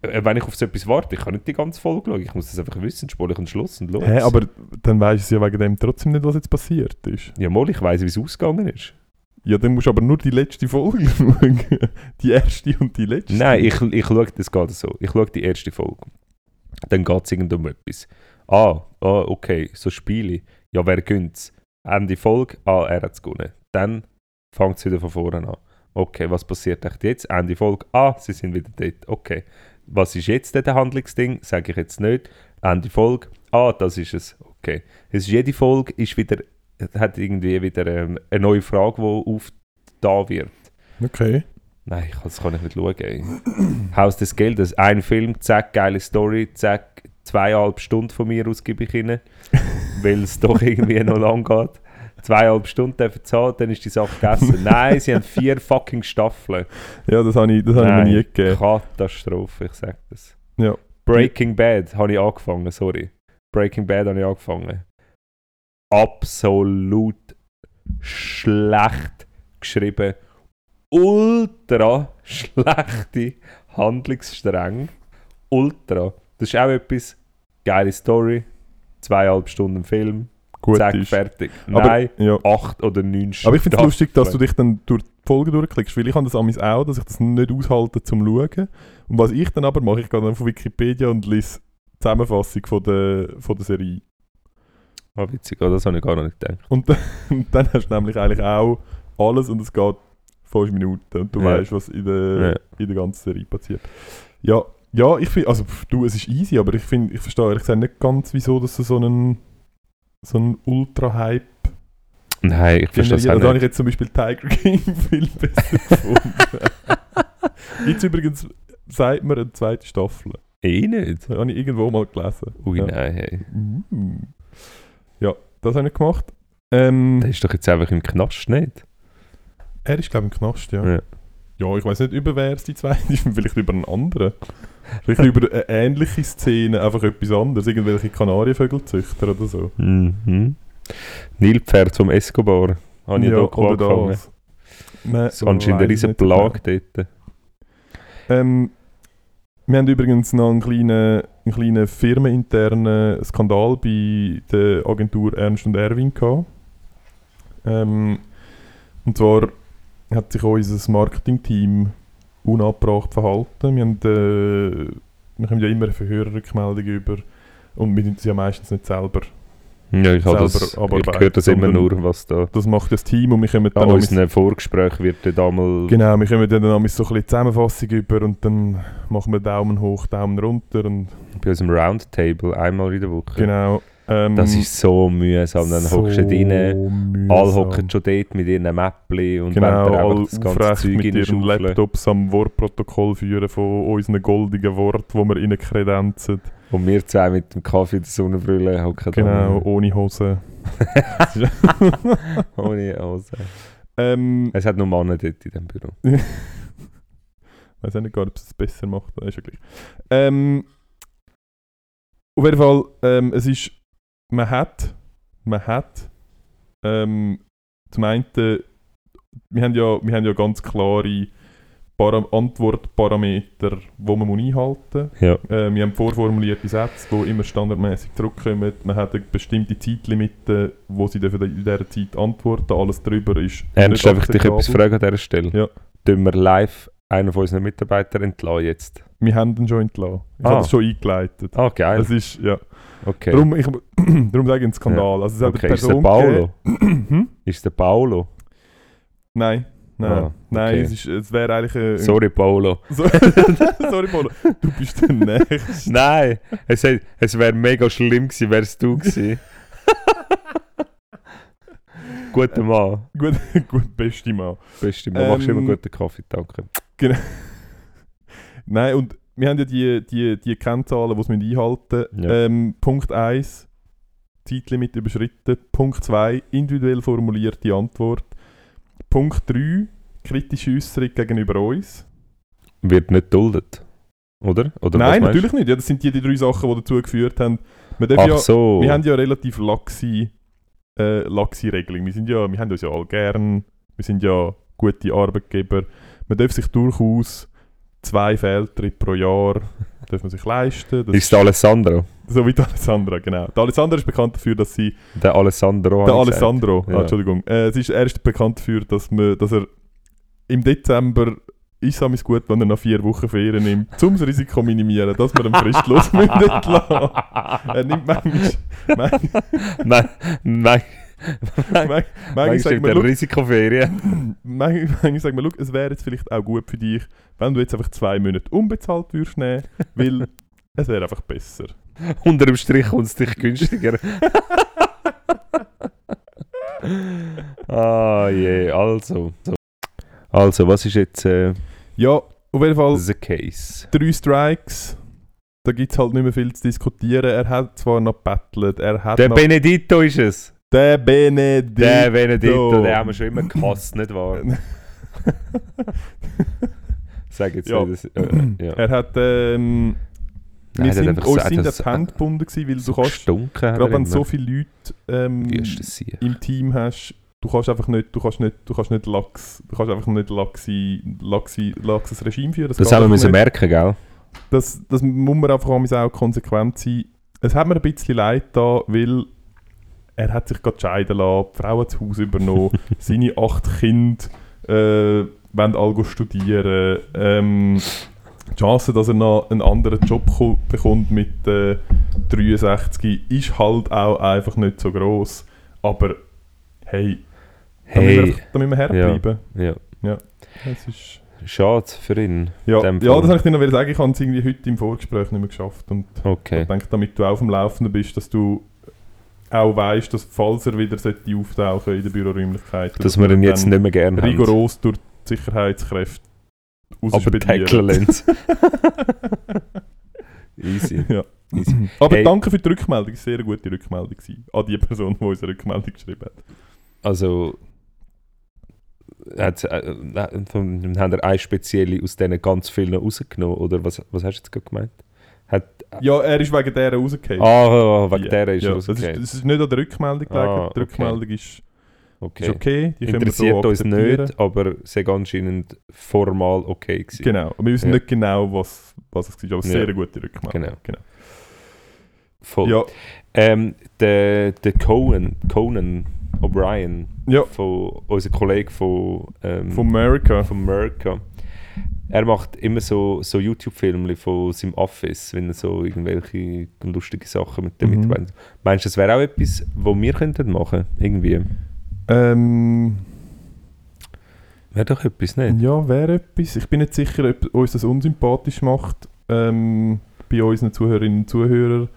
B: äh, wenn ich auf so etwas warte, ich kann nicht die ganze Folge schauen. Ich muss das einfach wissen, spule ich einen Schluss und los.
A: Hä, aber dann weisst du ja wegen dem trotzdem nicht, was jetzt passiert ist.
B: ja, mal, ich weiß, wie es ausgegangen ist.
A: Ja, dann musst du aber nur die letzte Folge schauen. Die erste und die letzte.
B: Nein, ich, ich schaue, das geht so. Ich schaue die erste Folge. Dann geht es irgend um etwas. Ah, ah, okay, so Spiele. Ja, wer gönnt's? Ende Folge, ah, er hat's gewonnen. Dann fängt es wieder von vorne an. Okay, was passiert echt jetzt? Ende Folge, ah, sie sind wieder dort. Okay, was ist jetzt denn der Handlungsding? Sage ich jetzt nicht. Ende Folge, ah, das ist es. Okay, es ist jede Folge ist wieder, hat irgendwie wieder ähm, eine neue Frage, die auf da wird.
A: Okay.
B: Nein, ich, das kann ich nicht schauen. Ey. Haus des Geldes, ein Film, zack, geile Story, zack, zweieinhalb Stunden von mir aus gebe ich ihnen, weil es doch irgendwie noch lang geht. Zweieinhalb Stunden dürfen sie haben, dann ist die Sache gegessen. Nein, sie haben vier fucking Staffeln.
A: Ja, das habe ich, das habe ich mir
B: Nein,
A: nie gegeben.
B: Katastrophe, ich sag das.
A: Ja.
B: Breaking Bad habe ich angefangen, sorry. Breaking Bad habe ich angefangen. Absolut schlecht geschrieben, ultra schlechte Handlungsstränge. Ultra. Das ist auch etwas, geile Story, zweieinhalb Stunden Film,
A: Gut
B: zack,
A: ist.
B: fertig.
A: Aber-
B: Nein,
A: ja.
B: acht oder neun Stunden.
A: Aber ich finde es lustig, dass du dich dann durch die Folge durchklickst, weil ich habe das an auch, dass ich das nicht aushalte zum Schauen. Und was ich dann aber mache, ich gehe dann auf Wikipedia und lese die Zusammenfassung von der, von der Serie.
B: Ah, witzig, oh, das habe ich gar noch nicht gedacht.
A: Und dann, und dann hast du nämlich eigentlich auch alles und es geht 5 Minuten und du
B: Ja.
A: weißt, was in der,
B: Ja.
A: in der ganzen Serie passiert. Ja, ja ich finde, also pff, du, es ist easy, aber ich finde, ich verstehe ehrlich gesagt nicht ganz, wieso, dass du so einen, so einen Ultra-Hype
B: Nein, ich verstehe
A: Finde
B: es
A: ich,
B: auch
A: da habe ich
B: nicht.
A: jetzt zum Beispiel Tiger King viel besser gefunden. Jetzt übrigens sagt mir eine zweite Staffel.
B: Eh nicht.
A: Das habe ich irgendwo mal gelesen.
B: Ui, ne.
A: Ja.
B: nein, hey.
A: Uh. Ja, das habe ich gemacht. Ähm,
B: Der ist doch jetzt einfach im Knast nicht.
A: er ist, glaube ich, im Knast, ja.
B: Ja.
A: Ja, ich weiß nicht, über wer es die zweite ist. Vielleicht über einen anderen. Vielleicht über eine ähnliche Szene, einfach etwas anderes. Irgendwelche Kanarienvögelzüchter oder so.
B: Mhm. Nilpferd vom Escobar. Habe ich ja, doch
A: oder
B: angefangen.
A: das. Nein,
B: Das ist anscheinend eine
A: weiss
B: riesen
A: nicht genau.
B: Plage dort.
A: Ähm, wir haben übrigens noch einen kleinen, einen kleinen firmeninternen Skandal bei der Agentur Ernst und Erwin gehabt. Ähm, und zwar hat sich unser Marketingteam unabbracht verhalten. Wir haben, äh, wir haben ja immer eine Verhörerrückmeldung über und wir sind sie ja meistens nicht selber.
B: Ja, ich, habe
A: Selber
B: das, ich
A: abarbeiten,
B: höre das immer
A: sondern-
B: nur, was da...
A: Das macht das Team und wir kommen
B: An
A: dann am-
B: unseren Vorgesprächen wird dort einmal...
A: Genau, wir kommen dann am- so ein bisschen Zusammenfassung über und dann machen wir Daumen hoch, Daumen runter und
B: Bei unserem Roundtable einmal in der Woche.
A: Genau. Ähm,
B: Das ist so mühsam. Dann hockst du dort rein,
A: mühsam.
B: alle hocken schon dort mit ihren Mäppchen und
A: genau,
B: wollen dir
A: alle
B: einfach das ganze
A: aufrecht
B: Zeug
A: mit ihren
B: reinschaufeln.
A: Laptops am Wortprotokoll führen von unseren goldigen Worten, die wir ihnen kredenzen.
B: Und wir zwei mit dem Kaffee in der Sonnenbrille hocken
A: Genau, ohne Hose.
B: da. Ohne Hose.
A: ähm,
B: Es hat nur Männer dort in diesem Büro.
A: Ich weiß auch nicht, gar, ob es es besser macht. Ist ja gleich. Ähm, auf jeden Fall, ähm, es ist, man hat, man hat, ähm, zum einen, wir haben ja, wir haben ja ganz klare Para Antwortparameter, die man muss einhalten muss.
B: Ja.
A: Äh, wir haben vorformulierte Sätze, die immer standardmäßig zurückkommen. Man hat eine bestimmte Zeitlimite, wo sie dürfen in dieser Zeit antworten Alles darüber ist
B: Ernst, Äh, darf ich dich
A: akzeptabel.
B: etwas fragen an dieser Stelle?
A: Ja.
B: Tun wir live einen von unseren Mitarbeitern entlassen jetzt?
A: Wir haben den schon entlassen. Ich
B: Ah.
A: habe das schon eingeleitet.
B: Ah, geil.
A: Es ist, ja.
B: Okay.
A: Darum, ich, darum sage ich einen Skandal. Also es hat
B: okay.
A: eine
B: Ist es der
A: Person
B: Paolo?
A: gegeben- Hm?
B: Ist es der Paolo?
A: Nein. Nein,
B: Ah,
A: nein
B: okay.
A: es, ist, es wäre eigentlich ein...
B: Sorry, Paolo.
A: So- Sorry, Paolo. Du bist der Nächste.
B: Nein, es, hat- es wäre mega schlimm gewesen, wärst du gewesen. Guter Mann.
A: Gut, gut, beste Mann.
B: Beste Mann. Machst
A: Ähm,
B: immer einen guten Kaffee, danke.
A: Genau. Nein, und wir haben ja die, die, die Kennzahlen, die wir einhalten müssen.
B: Ja.
A: Ähm, Punkt 1, Zeitlimit überschritten. Punkt 2, individuell formulierte Antwort. Punkt 3, kritische Äußerung gegenüber uns.
B: Wird nicht duldet, oder? oder
A: Nein,
B: was meinst du?
A: natürlich nicht. Ja, das sind die, die drei Sachen, die dazu geführt haben. Man darf ja,
B: Ach so.
A: Wir haben ja relativ laxe, äh, laxe Regelung. Wir, sind ja, wir haben uns ja alle gern, wir sind ja gute Arbeitgeber. Man darf sich durchaus zwei Fehltritte pro Jahr darf man sich leisten. Das
B: Ist der Alessandro?
A: so wie die Alessandra, genau. Die Alessandra ist bekannt dafür, dass sie...
B: Der Alessandro.
A: Der
B: habe ich gesagt.
A: Alessandro,
B: Ja.
A: ah, Entschuldigung. Äh, sie ist erst bekannt dafür, dass, man, dass er im Dezember... Ist es gut, wenn er nach vier Wochen Ferien nimmt, um das Risiko minimieren, dass wir ihn fristlos müssen entlassen. Er nimmt manchmal... manchmal
B: Nein, nein.
A: Manchmal,
B: Manchmal
A: manchmal, sagt man,
B: stimmt der
A: look,
B: Risikoferien.
A: manchmal, manchmal sagt man, look, es wäre jetzt vielleicht auch gut für dich, wenn du jetzt einfach zwei Monate unbezahlt würdest nehmen, weil es wäre einfach besser.
B: Unter dem Strich kommt es dich günstiger. ah je, also. So. Also, was ist jetzt äh,
A: Ja, auf jeden Fall
B: the case?
A: drei Strikes. Da gibt es halt nicht mehr viel zu diskutieren. Er hat zwar noch gebettelt, er hat
B: Der
A: noch...
B: Benedetto ist es.
A: der Benedikt.
B: Der Benedetto, den haben wir schon immer gehasst, nicht wahr? Sag jetzt
A: Ja.
B: nicht, das, äh, ja.
A: Er hat... Ähm, wir
B: Nein, der hat
A: sind,
B: einfach
A: uns
B: so-
A: sind
B: das-
A: an die Hände gebunden, gewesen, weil du kannst...
B: gestunken. hat er
A: Gerade wenn
B: immer.
A: so viele Leute ähm,
B: Wie ist das hier?
A: im Team hast, Du kannst einfach nicht, du kannst nicht, du kannst nicht lax, du kannst einfach nicht laxi, laxi, laxes Regime führen.
B: Das
A: geht
B: haben wir
A: einfach
B: müssen
A: nicht.
B: merken, gell?
A: das, das muss man einfach manchmal auch konsequent sein. Es hat mir ein bisschen leid da, weil er hat sich gerade scheiden lassen, die Frau hat das Haus übernommen, seine acht Kinder äh, wollen alle go studieren. Ähm, die Chance, dass er noch einen anderen Job ko- bekommt mit äh, 63, ist halt auch einfach nicht so gross. Aber hey, da müssen wir,
B: Hey,
A: einfach- da müssen wir herbleiben.
B: ja.
A: Es ist
B: Schade für ihn.
A: ja, ja
B: dem
A: das
B: Fall.
A: wollte ich dir noch wieder sagen. Ich habe es irgendwie heute im Vorgespräch nicht mehr geschafft. Und
B: Okay.
A: ich denke, damit du auch auf dem Laufenden bist, dass du auch weißt, dass falls er wieder sollte auftauchen in der Büroräumlichkeit,
B: Dass wir ihn jetzt nicht mehr gerne haben.
A: rigoros durch die Sicherheitskräfte
B: Aber
A: rausspedieren.
B: tackeln lassen. Easy.
A: Ja. Aber
B: Hey.
A: danke für die Rückmeldung, es war eine sehr gute Rückmeldung gewesen, an die Person, die unsere Rückmeldung geschrieben hat.
B: Also. Hat, äh, äh, von- haben wir eine spezielle aus diesen ganz vielen rausgenommen? Oder was, was hast du jetzt gerade gemeint? Hat,
A: Ja, er ist wegen der rausgekommen.
B: Ah, wegen der ist
A: ja,
B: er
A: das ist,
B: rausgekommen.
A: das ist nicht an der Rückmeldung gelegen,
B: Ah,
A: die Rückmeldung ist, ist
B: Okay.
A: okay, die können wir so
B: Interessiert uns
A: akzeptieren.
B: nicht, aber sehr anscheinend formal okay gewesen.
A: Genau, und wir wissen
B: Ja.
A: nicht genau, was, was es war, aber
B: Ja.
A: sehr gute Rückmeldung.
B: Genau.
A: genau.
B: Voll.
A: Ja,
B: Ähm, der, der Conan, Conan O'Brien,
A: Ja.
B: von unser Kollege von, ähm,
A: von America.
B: von America. Er macht immer so, so YouTube-Filme von seinem Office, wenn er so irgendwelche lustigen Sachen mit dem
A: Mhm.
B: mitbringt. Meinst du, das wäre auch etwas, was wir könnten machen Irgendwie.
A: Ähm,
B: Wäre doch etwas, nicht?
A: ja, wäre etwas. Ich bin nicht sicher, ob uns das unsympathisch macht, ähm, bei unseren Zuhörerinnen und Zuhörern,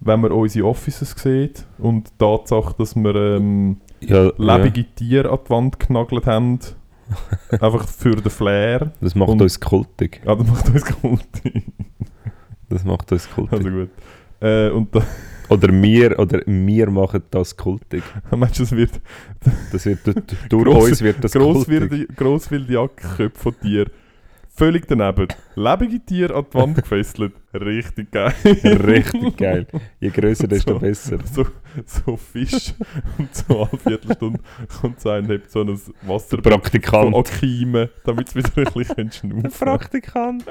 A: wenn man unsere Offices sieht und die Tatsache, dass wir ähm,
B: Ja,
A: lebende Tiere an die Wand genagelt haben. Einfach für den Flair.
B: Das macht
A: Und-
B: uns kultig.
A: Ja, das macht uns kultig.
B: Das macht uns kultig.
A: Also gut. Äh, und da,
B: Oder wir, oder wir machen das kultig.
A: meinst du, es wird
B: Das wird, d- d- durch
A: Gross-
B: uns wird das kultig.
A: Grosswilde grosswilde Jagdköpfe von Tieren. Völlig daneben. Lebende Tiere an die Wand gefesselt. Richtig geil.
B: Richtig geil. Je grösser, desto
A: So.
B: besser.
A: So, so Fisch und so eine Viertelstunde kommt so ein, hebt so ein Wasser
B: Praktikant.
A: Akime, damit sie wieder ein bisschen schnaufen können.
B: Praktikant.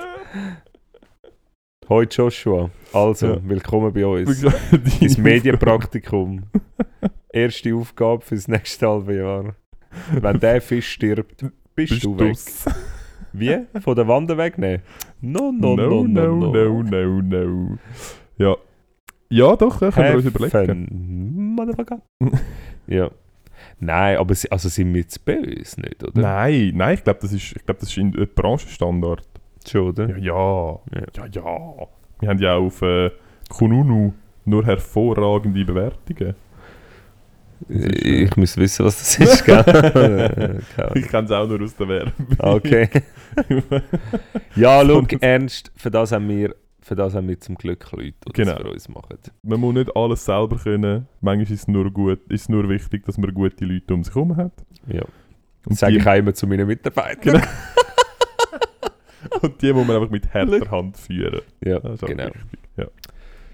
B: Hoi Joshua. Also,
A: Ja.
B: willkommen bei uns.
A: Deine
B: Ins
A: Aufgabe-
B: Medienpraktikum. Erste Aufgabe fürs nächste halbe Jahr. Wenn der Fisch stirbt, bist,
A: Bist
B: du
A: du
B: weg.
A: du's?
B: Wie? Von der Wand wegnehmen? No,
A: No,
B: no, no, no, no.
A: no, no, no. Ja. Ja, doch, da können wir uns überlegen.
B: Heffen, Motherfucker. ja. Nein, aber sie, also sind wir jetzt bei uns nicht, oder?
A: Nein, nein, ich glaube, das ist, ich glaub, das ist ein ein Branchenstandard.
B: Schon, oder?
A: Ja, ja.
B: Ja.
A: Ja, ja. Wir haben ja auch auf äh, Kununu nur hervorragende Bewertungen. ist,
B: ich ich muss wissen, was das ist, gell? Keine Ahnung.
A: Ich kenne es auch nur aus der Werbung.
B: okay. ja, schau, ernst, für das haben wir, für das haben wir zum Glück Leute, die
A: Genau.
B: das für uns machen.
A: Man muss nicht alles selber können. Manchmal ist es nur, gut, ist es nur wichtig, dass man gute Leute um sich herum hat.
B: Ja.
A: Und
B: Das sage
A: die,
B: ich auch immer zu meinen Mitarbeitern.
A: und die muss man einfach mit härter Hand führen.
B: Ja,
A: Das ist auch
B: genau.
A: wichtig. Ja.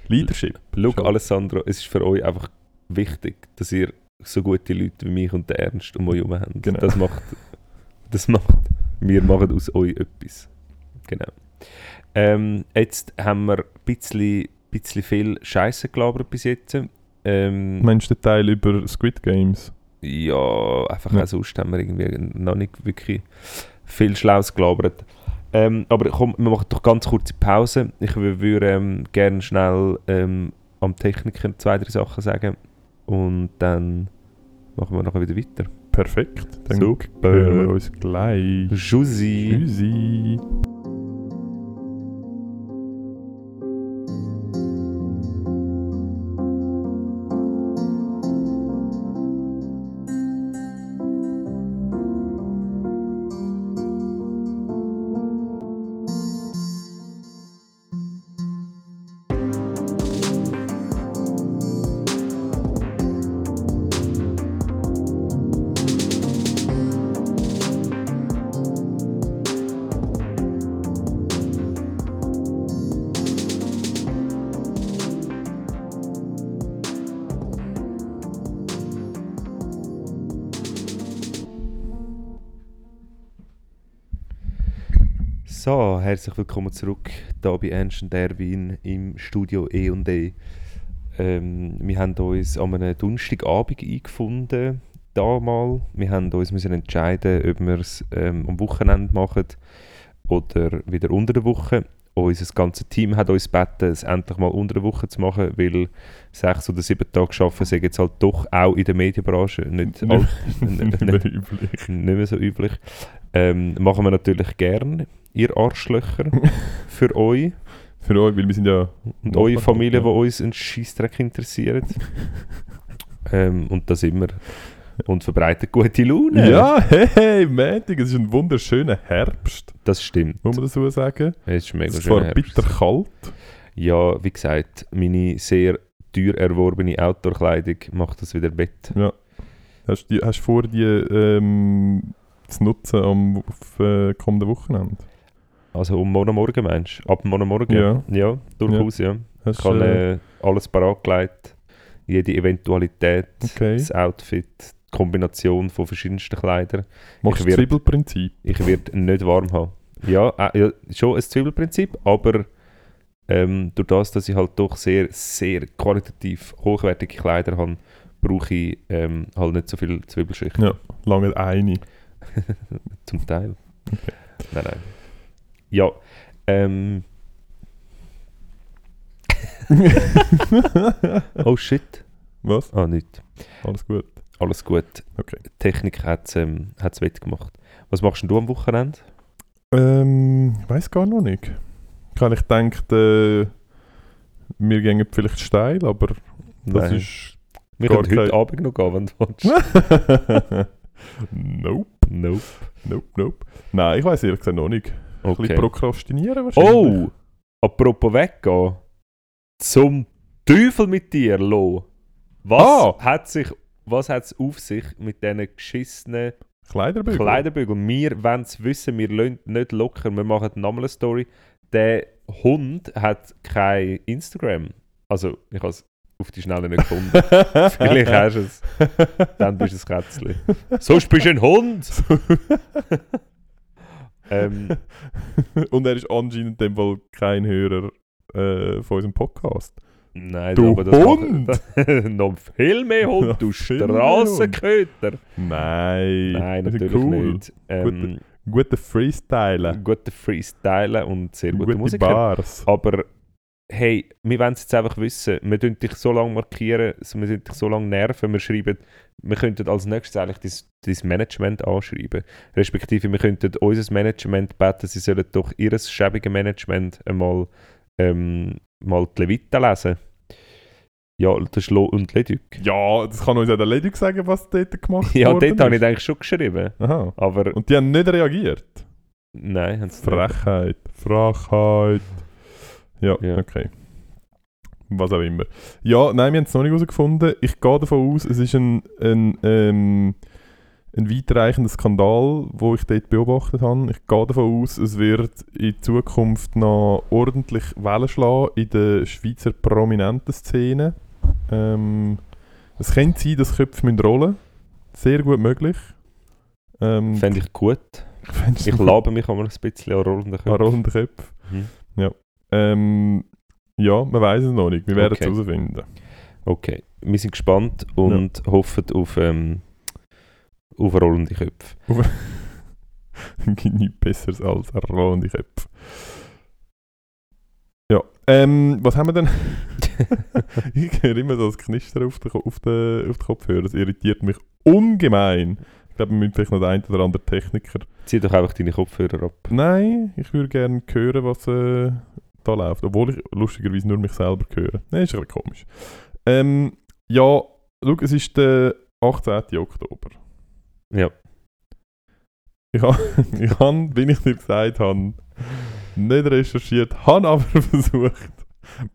A: Leadership.
B: Schau, Alessandro, es ist für euch einfach wichtig, dass ihr so gute Leute wie mich und den Ernst um euch herum habt.
A: Genau.
B: Das macht. Das macht. Wir machen aus euch etwas. Genau. Ähm, jetzt haben wir ein bisschen, bisschen viel Scheiße gelabert bis jetzt. Ähm,
A: Meinst du den Teil über Squid Games?
B: ja, einfach
A: Ja.
B: auch sonst haben wir irgendwie noch nicht wirklich viel Schlaues gelabert. Ähm, aber komm, wir machen doch ganz kurze Pause. Ich wü- würde ähm, gerne schnell ähm, am Techniker zwei, drei Sachen sagen und dann machen wir nachher wieder weiter.
A: Perfekt. Dann hören wir
B: Super.
A: uns gleich.
B: Jussi.
A: Tschüssi.
B: So, herzlich willkommen zurück hier bei Ernst und Erwin im Studio E&E. Ähm, wir haben uns an einem Donnerstagabend eingefunden, da mal. Wir haben uns müssen entscheiden, ob wir es ähm, am Wochenende machen oder wieder unter der Woche. Unser ganzes Team hat uns gebeten, es endlich mal unter der Woche zu machen, weil sechs oder sieben Tage arbeiten sind jetzt halt doch auch in der Medienbranche nicht,
A: Oh,
B: all, nicht, nicht,
A: üblich.
B: nicht mehr so üblich. Ähm, machen wir natürlich gern, ihr Arschlöcher, für euch
A: Für euch, weil wir sind ja...
B: und eure Familie, die uns einen Scheissdreck interessiert. ähm, und da sind wir. Und verbreitet gute Laune.
A: Ja, hey, hey, Montag, es ist ein wunderschöner Herbst,
B: Das stimmt.
A: muss man dazu sagen.
B: Es ist mega
A: Es ist
B: schön.
A: zwar
B: Herbst.
A: bitter kalt.
B: Ja, wie gesagt, meine sehr teuer erworbene Outdoor-Kleidung macht das wieder wett.
A: Hast du die- hast du vor, die ähm, zu nutzen am auf, äh, kommenden Wochenende?
B: Also um morgen Morgen, meinst du? Ab morgen Morgen?
A: Ja.
B: Ja, durchaus, ja.
A: Hast
B: Ich habe
A: äh,
B: äh, alles parat gelegt. Jede Eventualität,
A: Okay.
B: das Outfit, die Kombination von verschiedensten Kleidern.
A: machst du das
B: ich werd-
A: Zwiebelprinzip?
B: Ich werde nicht warm haben. Ja, äh, ja schon ein Zwiebelprinzip, aber ähm, durch das, dass ich halt doch sehr, sehr qualitativ hochwertige Kleider habe, brauche ich ähm, halt nicht so viel Zwiebelschicht.
A: Ja. Lange eine.
B: Zum Teil. Nein, nein. Ja, ähm. oh shit.
A: Was?
B: Ah, nicht.
A: Alles gut.
B: Alles gut.
A: Okay.
B: Die Technik hat es ähm, hat's wettgemacht. Was machst denn du am Wochenende?
A: Ähm, ich weiß gar noch nicht. Ich habe gedacht, äh, wir gehen vielleicht steil, aber das
B: Nein.
A: ist.
B: Wir
A: gar
B: können heute
A: kein-
B: Abend noch gehen, wenn du willst.
A: nope,
B: nope.
A: nope, nope. Nein, ich weiß ehrlich gesagt noch nicht. Ein bisschen
B: Okay.
A: prokrastinieren wahrscheinlich. ne?
B: Oh! Apropos weggehen. Zum Teufel mit dir, Lo. Was
A: Ah!
B: hat sich was hat's auf sich mit diesen geschissenen
A: Kleiderbügel.
B: Kleiderbügel? Wir wollen es wissen, wir lassen nicht locker, wir machen nochmal eine Story. Der Hund hat kein Instagram. Also, ich habe es auf die Schnelle nicht gefunden. Vielleicht hast du es. Dann bist du ein Kätzchen. Sonst bist du ein Hund! ähm,
A: Und er ist anscheinend in dem Fall kein Hörer äh, von unserem Podcast.
B: Nein,
A: Du
B: aber das
A: Hund!
B: Machen, noch viel mehr Hund, Oh, du
A: Noch viel mehr
B: Strassenköter!
A: Nein.
B: Nein,
A: Wir sind
B: natürlich
A: cool.
B: nicht. Ähm,
A: Gute Freestyler.
B: gute, Freestyler und sehr gute,
A: Gute
B: Musiker.
A: Bars.
B: Aber hey, wir wollen es jetzt einfach wissen. Wir tun dich so lange markieren, wir sind dich so lange nerven, wir schreiben, wir könnten als nächstes eigentlich dein, dein Management anschreiben. Respektive, wir könnten unser Management beten, sie sollen doch ihr schäbiges Management einmal ähm, mal die Leviten lesen. Ja, das ist Lo und Leduc.
A: Ja, das kann uns auch der Ledig sagen, was dort gemacht
B: Ja,
A: worden
B: dort habe ich
A: ist.
B: eigentlich schon geschrieben.
A: Aha.
B: Aber
A: Und die haben nicht reagiert.
B: nein, haben sie nicht.
A: Frechheit. Frechheit. Ja,
B: Ja.
A: okay. Was auch immer. Ja, nein, wir haben es noch nicht herausgefunden. Ich gehe davon aus, es ist ein, ein, ähm, ein weitreichender Skandal, wo ich dort beobachtet habe. Ich gehe davon aus, es wird in Zukunft noch ordentlich Wellen schlagen in der Schweizer prominenten Szene. Ähm, es könnte sein, dass Köpfe müssen rollen Sehr gut möglich. Ähm,
B: Fände ich gut.
A: fändest
B: Ich
A: du-
B: labe mich aber ein bisschen an rollenden
A: Ein
B: Köpfen.
A: rollender Kopf.
B: Mhm.
A: Ja. Ähm, ja, man weiß es noch nicht. Wir werden
B: Okay.
A: es herausfinden.
B: Okay, wir sind gespannt und hoffen auf, ähm, auf rollende Köpfe.
A: gibt nichts Besseres als ein rollender Kopf. Ja. Ähm, was haben wir denn? ich höre immer so das Knistern auf den, Ko- auf den, auf den Kopfhörer. Das irritiert mich ungemein. Ich glaube, wir müssen vielleicht noch den einen oder anderen Techniker.
B: Zieh doch einfach deine Kopfhörer ab.
A: Nein, ich würde gerne hören, was äh, da läuft. Obwohl ich lustigerweise nur mich selber höre. Nein, ist ein bisschen komisch. Ähm, ja, schau, es ist der 18. Oktober.
B: Ja.
A: Ich habe, ich han, wie ich dir gesagt habe, nicht recherchiert, habe aber versucht,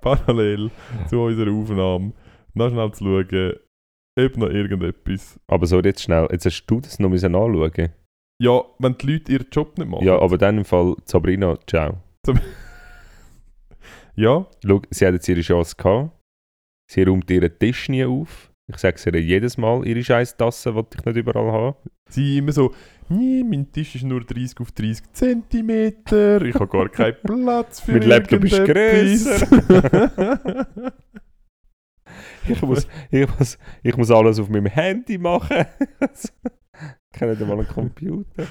A: parallel zu unserer Aufnahme noch schnell zu schauen, ob noch irgendetwas.
B: Aber so, jetzt schnell. Jetzt hast du das noch müssen anschauen.
A: Ja, wenn die Leute ihren Job nicht machen.
B: Ja, aber dann im Fall Sabrina, ciao.
A: ja
B: Schau, sie hat jetzt ihre Chance gehabt. Sie räumt ihren Tisch nie auf. Ich sage es ihr jedes Mal, ihre scheiß Tasse wollte ich nicht überall haben.
A: Sie immer so, nee, mein Tisch ist nur 30 auf 30 Zentimeter, ich habe gar keinen Platz für
B: Mein Laptop ist
A: irgendetwas."
B: Ich muss, ich muss, ich muss alles auf meinem Handy machen. ich habe nicht einmal einen Computer.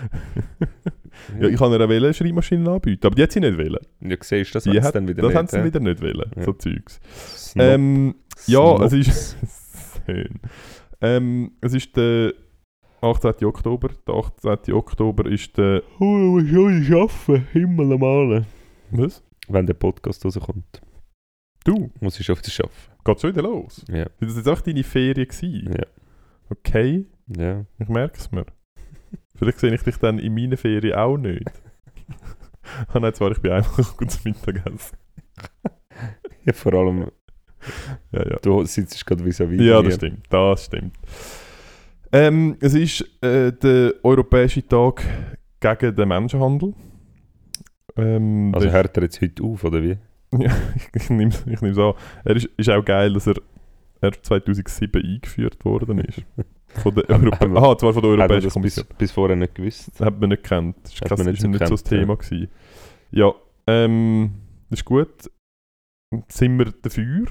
A: ja, ich kann ihr eine Welle Schreibmaschine anbieten, aber die hat sie nicht wollen.
B: Ja, siehst du, das
A: Die
B: haben sie
A: hat-
B: dann wieder
A: das
B: nicht.
A: haben sie
B: hä?
A: wieder nicht wollen,
B: Ja.
A: so Zeugs.
B: Snob.
A: Ähm, ja,
B: Snob.
A: es ist. Schön. ähm, es ist der 18. Oktober. Der 18. Oktober ist der.
B: Oh, ich muss schon arbeiten, Himmel am Allen.
A: Was?
B: Wenn der Podcast rauskommt,
A: Du,
B: muss ich schon wieder arbeiten.
A: geht's schon wieder los?
B: Ja,
A: Sind das jetzt auch deine Ferien gewesen?
B: ja,
A: Okay,
B: ja.
A: ich merke es mir. Vielleicht sehe ich dich dann in meinen Ferien auch nicht. ah nein, zwar, ich bin einfach gut zum Mittagessen.
B: ja vor allem,
A: Ja, ja.
B: du sitzt gerade vis-à-vis
A: Ja,
B: mir.
A: das stimmt. Das stimmt. Ähm, es ist äh, der Europäische Tag gegen den Menschenhandel. Ähm,
B: Also
A: das-
B: hört er jetzt heute auf, oder wie?
A: ich nehme es ich nehm's an. Er ist, ist auch geil, dass er, er 2007 eingeführt worden ist. Von der
B: Haben-
A: Europa
B: haben wir-
A: Aha, zwar von der
B: Hat er
A: Europäischen
B: das bis,
A: Kommission.
B: bis vorher nicht gewusst?
A: Das hat man nicht gekannt. Das ist,
B: Hat
A: krass,
B: man
A: ist
B: nicht
A: nicht
B: so
A: so das
B: gekannt, ja.
A: Thema gewesen. Ja, ähm, das ist gut. Sind wir dafür?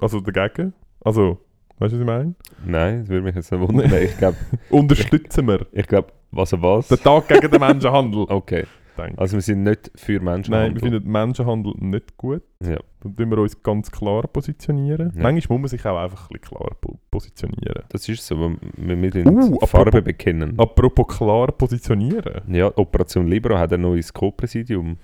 A: Also dagegen? Also, weißt du, was ich meine?
B: Nein, das würde mich jetzt nicht wundern. Ich glaube,
A: Unterstützen wir
B: ich glaub, was an was?
A: den Tag gegen den Menschenhandel.
B: Okay.
A: Danke.
B: Also wir sind nicht für Menschen.
A: Nein, wir finden Menschenhandel nicht gut.
B: Ja.
A: Dann tun wir uns ganz klar positionieren.
B: Ja.
A: Manchmal muss man sich auch einfach ein bisschen klar po- positionieren.
B: Das ist so, wir wir müssen
A: Uh, apropos-
B: Farbe bekennen.
A: Apropos klar positionieren.
B: Ja, Operation Libro hat ein neues Co-Präsidium.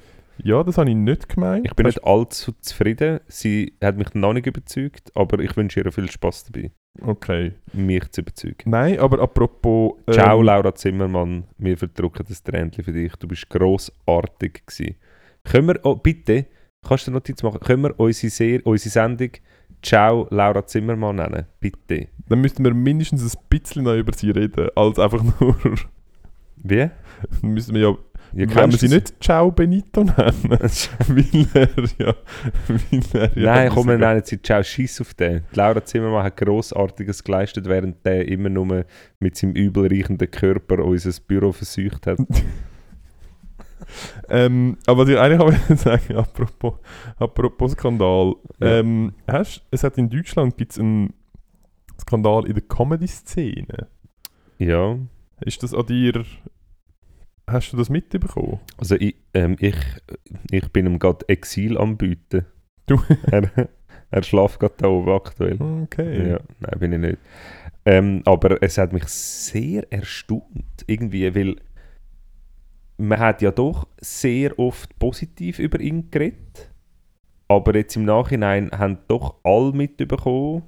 A: Ja, das habe ich nicht gemeint.
B: Ich bin
A: Hast-
B: nicht allzu zufrieden. Sie hat mich noch nicht überzeugt, aber ich wünsche ihr viel Spaß dabei,
A: Okay.
B: mich zu überzeugen.
A: Nein, aber apropos... ähm,
B: Ciao, Laura Zimmermann. Wir verdrücken das Tränchen für dich. Du bist grossartig gewesen. Können wir, oh, bitte, kannst du eine Notiz machen? Können wir unsere, Ser unsere Sendung Ciao, Laura Zimmermann nennen? Bitte.
A: Dann müssten wir mindestens ein bisschen noch über sie reden, als einfach nur...
B: Wie?
A: Dann müssten wir ja...
B: Ja,
A: wenn wir
B: kennst
A: sie
B: du
A: nicht Ciao Benito nennen. weil er ja... Weil er ja
B: Nein, komm, wir
A: sogar-
B: nennen sie Ciao, scheiß auf den. Die Laura Zimmermann hat Grossartiges geleistet, während der immer nur mit seinem übel riechenden Körper unser Büro verseucht hat.
A: Ähm, aber was ich eigentlich auch wollte sagen, apropos, apropos Skandal.
B: Ja.
A: Ähm, hast, es hat in Deutschland gibt's einen Skandal in der Comedy-Szene.
B: Ja,
A: Ist das an dir... Hast du das mitbekommen?
B: also ich, ähm, ich, ich bin ihm gerade Exil anbieten.
A: Du-
B: er, er schläft gerade da oben aktuell.
A: Okay.
B: Ja, nein, bin ich nicht. Ähm, aber es hat mich sehr erstaunt, irgendwie, weil man hat ja doch sehr oft positiv über ihn geredet, aber jetzt im Nachhinein haben doch alle mitbekommen,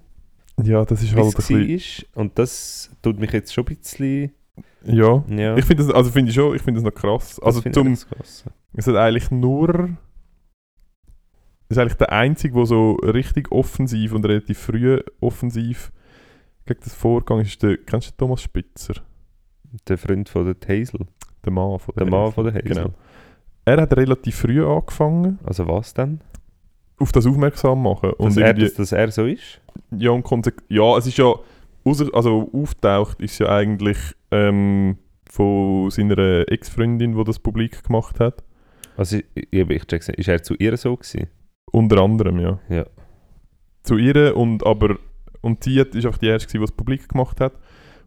A: Ja, das ist
B: wie
A: halt ein
B: es
A: bisschen...
B: war. Und das tut mich jetzt schon ein bisschen...
A: Ja.
B: Ja,
A: Ich finde das, also finde ich schon, ich finde das noch krass. Also
B: das finde
A: zum,
B: ich jetzt krass.
A: es hat eigentlich nur... Es ist eigentlich der Einzige, der so richtig offensiv und relativ früh offensiv gegen das Vorgang ist, der, kennst du Thomas Spitzer?
B: Der Freund von der Hazel,
A: Der Mann von
B: der
A: der
B: Mann
A: Hazel.
B: von der Hazel.
A: Genau. Er hat relativ früh angefangen,
B: Also was denn?
A: auf das aufmerksam machen.
B: Dass,
A: Und
B: er,
A: irgendwie-
B: dass, dass er so ist?
A: ja, und konse- ja, es ist ja, ausser- also auftaucht ist ja eigentlich ähm, von seiner Ex-Freundin, die das publik gemacht hat.
B: Also ich, ich, ich check's nicht. Ist er zu ihr so gewesen?
A: Unter anderem, ja.
B: Ja.
A: Zu ihr und aber, und die hat- ist auch die erste, gewesen, die es publik gemacht hat.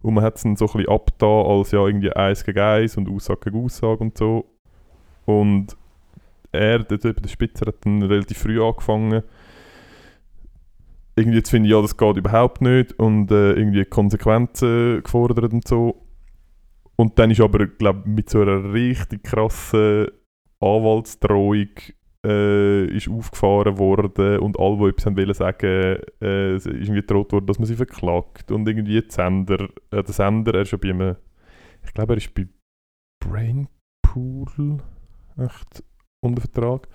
A: Und man hat es dann so ein bisschen abgetan als ja irgendwie Eis gegen Eis und Aussage gegen Aussage und so. Und er, der Typ, der Spitzer, hat dann relativ früh angefangen. Irgendwie zu finden, ja, das geht überhaupt nicht und äh, irgendwie Konsequenzen gefordert und so. Und dann ist aber, glaube mit so einer richtig krassen Anwaltsdrohung äh, ist aufgefahren worden und alle, die etwas haben wollen sagen, äh, es ist irgendwie gedroht worden, dass man sie verklagt. Und irgendwie die Sender, äh, der Sender, er ist ja bei einem, ich glaube, er ist bei Brainpool echt unter Vertrag.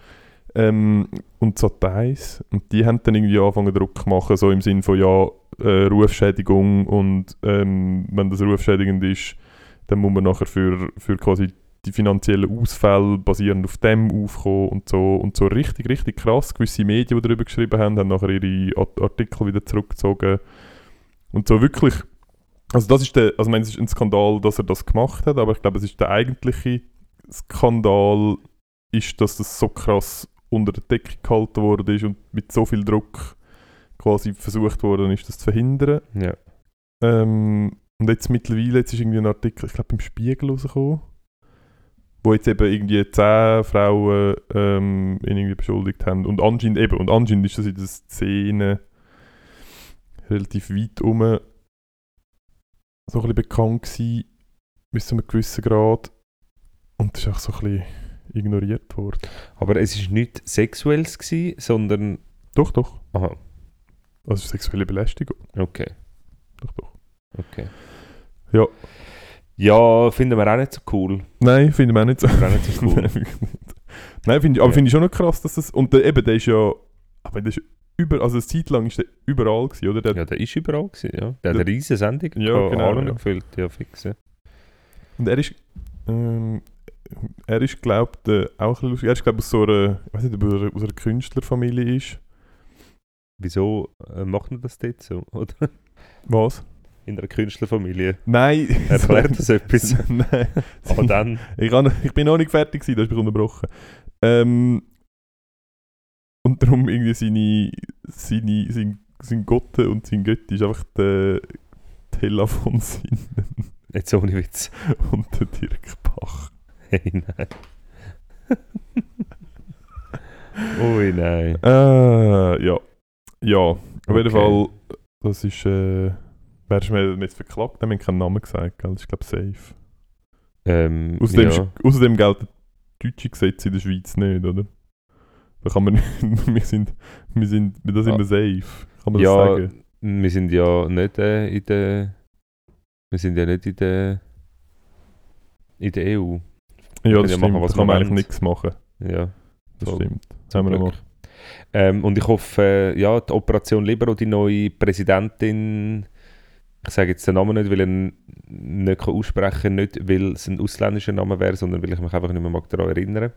A: Ähm, und Satellis. Und die haben dann irgendwie angefangen Druck zu machen, so im Sinne von, ja, äh, Rufschädigung und ähm, wenn das rufschädigend ist, dann muss man nachher für, für quasi die finanziellen Ausfälle basierend auf dem aufkommen und so. Und so richtig, richtig krass. Gewisse Medien, die darüber geschrieben haben, haben nachher ihre At- Artikel wieder zurückgezogen. Und so wirklich. Also das ist der, also ich meine, es ist ein Skandal, dass er das gemacht hat, aber ich glaube, es ist der eigentliche Skandal, ist, dass das so krass unter der Decke gehalten worden ist und mit so viel Druck quasi versucht worden ist, das zu verhindern.
B: Ja.
A: Ähm, und jetzt mittlerweile, jetzt ist irgendwie ein Artikel, ich glaube, im Spiegel rausgekommen, wo jetzt eben irgendwie zehn Frauen ähm, ihn irgendwie beschuldigt haben. Und anscheinend eben, und anscheinend ist das in der Szene relativ weit um so ein bisschen bekannt gewesen, bis zu einem gewissen Grad. Und das ist auch so ein bisschen ignoriert worden.
B: Aber es war nichts Sexuelles, gewesen, sondern.
A: Doch, doch.
B: Aha,
A: Also sexuelle Belästigung.
B: okay.
A: Doch, doch.
B: Ja, finden wir auch nicht so cool.
A: Nein, finde ich auch nicht so.
B: Wäre auch nicht so cool.
A: Nein, wirklich nicht. Nein, finde ich, aber
B: Ja.
A: finde ich schon noch krass, dass das. Und der, eben, der ist ja. Aber der ist über, also eine Zeit lang ist der überall gewesen, oder? Der,
B: Ja, der war überall. Gewesen, ja. Der hat
A: Der-
B: eine riesige Sendung
A: Ja,
B: gehabt,
A: genau,
B: Hallen
A: ja.
B: gefüllt. Ja, fix. Ja.
A: Und er ist. Ähm, er ist, glaubt, äh, auch ein bisschen lustig. Er ist, glaube aus so einer. Ich weiß nicht, ob er aus einer Künstlerfamilie ist.
B: Wieso äh, macht man das dort so? Oder?
A: Was?
B: In einer Künstlerfamilie.
A: Nein.
B: Erklärt das etwas?
A: Nein.
B: Aber dann.
A: Ich, kann, ich bin noch nicht fertig, gewesen, da hast du mich unterbrochen. Ähm, und darum irgendwie seine, seine, sein, sein Gotte und sein Götti ist einfach der Tella von Sinnen
B: Jetzt ohne Witz.
A: und der Dirk Bach.
B: Hey, nein. Ui, nein.
A: Äh, ja. Ja, auf jeden
B: Okay.
A: Fall, das ist, äh, wärst du mir jetzt verklagt, dann haben wir keinen Namen gesagt, gell? das ist glaube safe.
B: Ähm,
A: Außerdem,
B: ja.
A: ist, außerdem gelten deutsche Gesetze in der Schweiz nicht, oder? Da kann man nicht, wir sind, wir sind, da sind
B: Ah.
A: wir safe, kann man
B: Ja,
A: das sagen?
B: wir sind ja nicht äh, in der. Wir sind ja nicht in der. In der EU.
A: Ja,
B: können
A: das
B: ja
A: stimmt.
B: machen, was
A: da kann
B: wir
A: man eigentlich
B: wollen.
A: nichts machen.
B: Ja,
A: Das
B: Voll.
A: stimmt. Das haben wir noch
B: Glück.
A: mal.
B: Ähm, und ich hoffe, äh, ja, die Operation Libero, die neue Präsidentin, ich sage jetzt den Namen nicht, weil ich ihn nicht kann aussprechen kann, nicht weil es ein ausländischer Name wäre, sondern weil ich mich einfach nicht mehr mag daran erinnern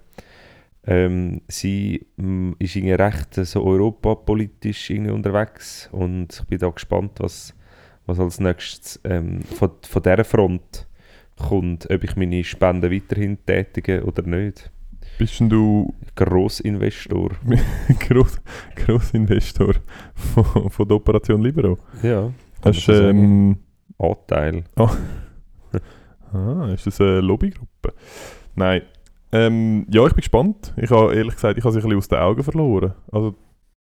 B: ähm, Sie mh, ist irgendwie recht äh, so europapolitisch irgendwie unterwegs und ich bin da gespannt, was, was als nächstes ähm, von, von dieser Front kommt, ob ich meine Spenden weiterhin tätige oder nicht.
A: Bist denn du
B: Grossinvestor.
A: Gross, Grossinvestor von, von der Operation Libero?
B: Ja. Kann
A: Hast,
B: man so
A: ähm,
B: Anteil.
A: ah, ist das eine Lobbygruppe? Nein. Ähm, ja, ich bin gespannt. Ich habe ehrlich gesagt, ich habe sie ein bisschen aus den Augen verloren. Also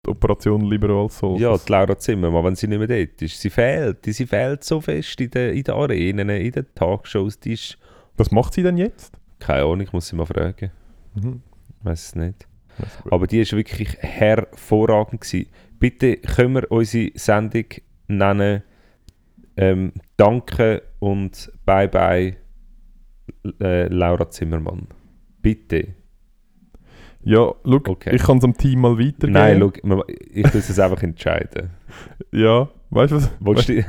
A: die Operation Libero als solches.
B: Ja, die Laura Zimmermann, wenn sie nicht mehr dort ist. Sie fehlt. Die- Sie fehlt so fest in den, in den Arenen, in den Talkshows. Die ist.
A: Was macht sie denn jetzt?
B: Keine Ahnung, ich muss sie mal fragen.
A: Mhm.
B: Ich weiß es nicht.
A: Das ist gut.
B: Aber die ist wirklich hervorragend. Gewesen. Bitte können wir unsere Sendung nennen. Ähm, danke und bye bye, äh, Laura Zimmermann. Bitte.
A: Ja, schau,
B: Okay.
A: ich kann es am Team mal weitergeben.
B: Nein, schau, man- ich muss es einfach entscheiden.
A: Ja, weißt du was?
B: Wolltest du.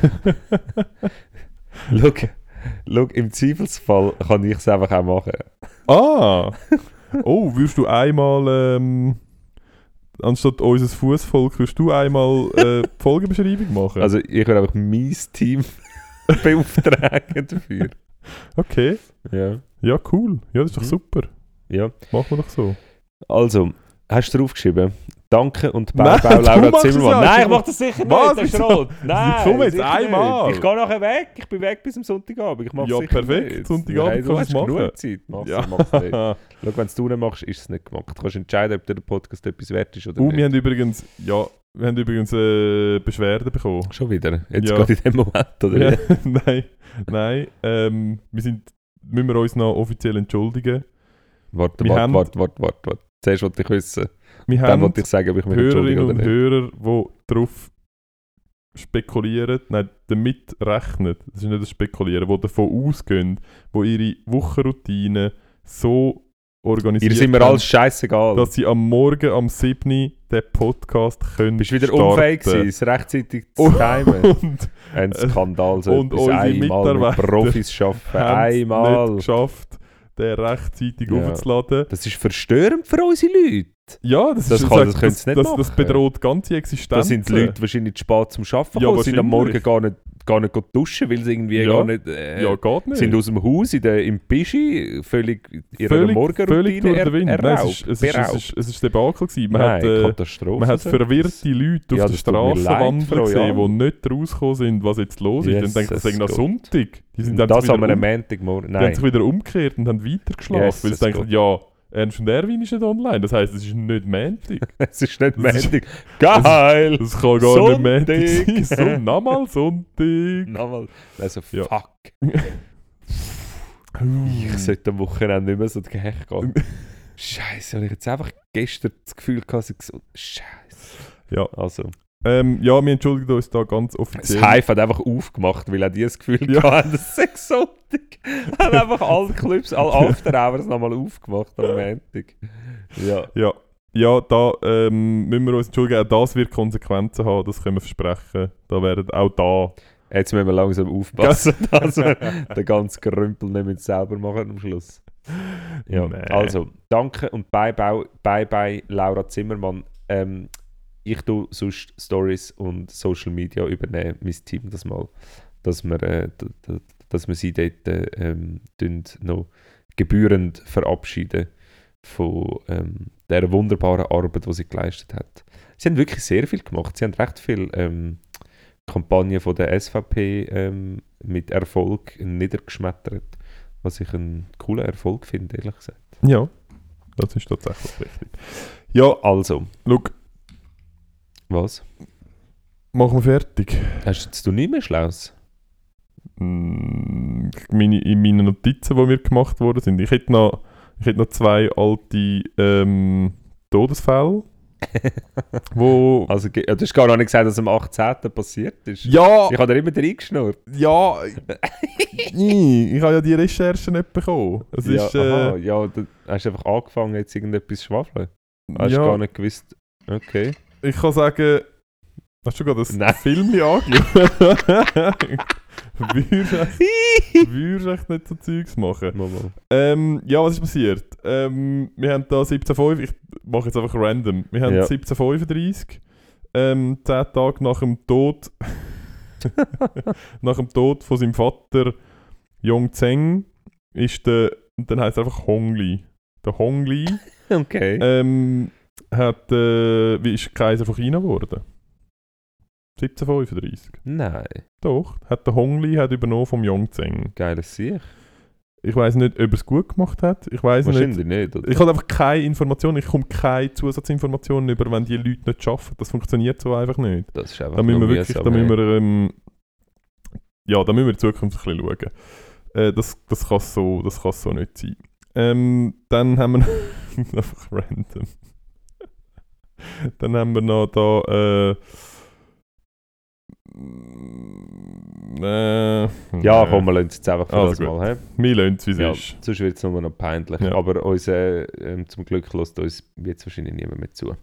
B: schau, schau, im Zweifelsfall kann ich es einfach auch machen.
A: Ah! Oh, würdest du einmal, ähm, anstatt unser Fußvolk, würdest du einmal äh, die Folgenbeschreibung machen?
B: Also ich würde einfach mein Team beauftragen dafür.
A: okay.
B: Ja.
A: Ja, cool. Ja, das ist doch
B: Mhm.
A: super.
B: ja.
A: Machen wir doch so.
B: Also, hast du draufgeschrieben? Danke und bye
A: Nein,
B: bye,
A: du
B: Laura
A: machst es
B: Zimmermann.
A: ja.
B: Nein, ich mach das sicher nicht.
A: Was?
B: Das ist
A: Wieso?
B: rot. Nein,
A: Komm jetzt
B: sicher
A: einmal.
B: Nicht. Ich gehe nachher weg. Ich bin weg bis am Sonntagabend. Ich mach's
A: Ja,
B: sicher
A: perfekt.
B: Nicht.
A: Sonntagabend
B: Nein, du
A: kannst
B: hast
A: du's machen.
B: genug Zeit. Mach's,
A: Ja.
B: mach's nicht.
A: Ah.
B: Schau, wenn du es nicht machst, ist es nicht gemacht. Du kannst entscheiden, ob dir der Podcast etwas wert ist oder
A: Oh,
B: nicht.
A: wir haben übrigens, ja, wir haben übrigens äh, Beschwerden bekommen.
B: Schon wieder? Jetzt
A: Ja.
B: gerade in dem Moment,
A: Ja,
B: oder? wie?
A: nein, nein. Ähm, wir sind, müssen wir uns noch offiziell entschuldigen.
B: Warte,
A: Wir
B: warte,
A: haben-
B: warte, warte, warte, warte. Zuerst wollte ich wissen.
A: Wir
B: Dann
A: haben
B: wollte ich sagen, ob ich mich entschuldige
A: Hörerinnen
B: oder
A: und
B: nicht.
A: Hörer, die darauf spekulieren, nein, damit rechnen, das ist nicht das Spekulieren, die davon ausgehen, wo ihre Wochenroutine so
B: Ihr
A: organisiert
B: sind mir
A: haben,
B: alles scheißegal. Du
A: dass sie am Morgen am 7. Uhr den Podcast können
B: bist wieder
A: starten.
B: unfähig gewesen, es rechtzeitig zu timen.
A: Und
B: Ein Skandal, so
A: Und
B: etwas.
A: unsere
B: Einmal mit
A: Mitarbeiter
B: Profis arbeiten.
A: haben es nicht
B: Einmal.
A: geschafft, den rechtzeitig
B: Ja.
A: aufzuladen.
B: Das ist verstörend für unsere Leute.
A: Ja, das,
B: Das
A: ist
B: kann-
A: also,
B: das können sie nicht
A: das, das
B: machen.
A: bedroht die ganze Existenz.
B: Da sind die Leute wahrscheinlich zu spät zum Arbeiten
A: Ja,
B: gekommen, sind am Morgen
A: wahrscheinlich.
B: gar nicht, gar nicht duschen, weil sie irgendwie
A: Ja.
B: gar nicht... Äh,
A: Ja, geht nicht.
B: sind aus dem Haus in der, im Pischi, völlig in ihrer
A: völlig
B: Morgenroutine
A: durch den
B: er,
A: Wind. Nein, es
B: erraubt.
A: ist, es ist, es
B: beraubt.
A: ist, es ist Debakel gewesen. Man
B: Nein,
A: hat, äh,
B: Katastrophe.
A: man hat
B: so etwas.
A: verwirrte Leute
B: Ja,
A: auf der
B: das tut mir
A: Straße
B: leid,
A: wandeln
B: Frau
A: gesehen, die
B: Jan.
A: nicht rausgekommen sind, was jetzt los ist.
B: Jesus
A: dann denkt, das sei noch
B: Gott.
A: Sonntag. Die sind dann
B: das
A: wieder
B: haben wir am
A: um-
B: Montagmorgen.
A: Die haben
B: Nein,
A: sich wieder umgekehrt und haben weitergeschlafen, weil
B: Jesus
A: sie denken, ja, Ernst und Erwin ist nicht online. Das heisst, es ist nicht Montag.
B: es ist nicht
A: Das ist-
B: Montag. Geil!
A: Das kann gar
B: Sonntag.
A: nicht Montag sein. Son Nochmal Sonntag.
B: Nochmal. Also,
A: Ja.
B: fuck. Ich sollte am Wochenende nicht mehr so gehech gehen. Scheiße, habe ich jetzt einfach gestern das Gefühl gehabt, dass ich so. Scheiße.
A: Ja.
B: Also,
A: Ähm, ja, wir entschuldigen uns da ganz
B: das
A: offiziell.
B: Hive hat einfach aufgemacht, weil auch die das Gefühl
A: Ja.
B: hatten, dass es Sonntag. Haben einfach alle Clubs, alle After Hours nochmal aufgemacht am Montag. Ja.
A: Ja, ja da ähm, müssen wir uns entschuldigen. Auch das wird Konsequenzen haben, das können wir versprechen. Da werden auch da.
B: Jetzt müssen wir langsam aufpassen, dass wir den ganzen Krümpel nicht mehr selber machen am Schluss. Ja,
A: Nee.
B: also danke und bye bye, bye, bye Laura Zimmermann. Ähm, ich tue sonst Stories und Social Media übernehmen, mein Team das mal, dass wir, äh, d- d- dass wir sie dort äh, ähm, tun noch gebührend verabschieden von ähm, der wunderbaren Arbeit, die sie geleistet hat. Sie haben wirklich sehr viel gemacht. Sie haben recht viel ähm, Kampagne von der SVP ähm, mit Erfolg niedergeschmettert, was ich einen coolen Erfolg finde, ehrlich gesagt.
A: Ja, das ist tatsächlich richtig. Ja,
B: Also,
A: look,
B: was?
A: machen wir fertig.
B: Hast jetzt du nicht mehr Schlaus?
A: Mm, Meine, in meinen Notizen, die mir gemacht worden sind. Ich hätte noch, ich hätte noch zwei alte ähm, Todesfälle, wo.
B: Also, ge- ja, du hast gar noch nicht gesagt, dass am 18. passiert ist.
A: Ja,
B: Ich habe da immer reingeschnurrt.
A: ja. Nee, ich habe ja die Recherchen nicht bekommen. Es
B: ja,
A: ist, äh,
B: aha, ja, du hast einfach angefangen, jetzt irgendetwas zu schwafeln. Hast
A: ja,
B: gar nicht gewusst. Okay.
A: Ich kann sagen, hast du gerade das
B: Nein.
A: Film angeschaut? Würdest echt- würdest echt nicht so Zeugs machen.
B: Mal,
A: Ähm, ja, was ist passiert? Ähm, wir haben da 17,5, ich mache jetzt einfach random. Wir haben
B: Ja.
A: 17,35, ähm, 10 Tage nach dem Tod, nach dem Tod von seinem Vater Yong Zeng, ist der, und dann heißt er einfach Hongli. Der Hongli
B: mal. Okay.
A: ähm, hat, äh, wie ist Kaiser von China geworden? 1735.
B: Nein.
A: Doch, hat der Hongli hat übernommen vom Yongzheng.
B: Geiles Sieg.
A: Ich weiß nicht, ob er es gut gemacht hat. Ich weiß nicht.
B: Wahrscheinlich nicht. oder?
A: Ich habe einfach keine Informationen. Ich komme keine Zusatzinformationen über, wenn die Leute nicht arbeiten. Das funktioniert so einfach nicht.
B: Das ist einfach
A: Da müssen wir
B: nur
A: wirklich, da
B: mühsam,
A: müssen
B: ey.
A: wir, ähm, ja, da müssen wir in Zukunft ein bisschen schauen. Äh, das, das, kann so, das kann so nicht sein. Ähm, dann haben wir einfach random. Dann haben wir noch da, äh, äh,
B: Ja,
A: nee.
B: komm, wir lassen es jetzt einfach für
A: Also
B: das
A: gut.
B: mal. He?
A: Wir lassen es, wie es
B: Ja,
A: ist.
B: sonst wird es nur noch peinlich.
A: Ja.
B: Aber uns, äh, ähm, zum Glück lässt uns jetzt wahrscheinlich niemand mehr zu.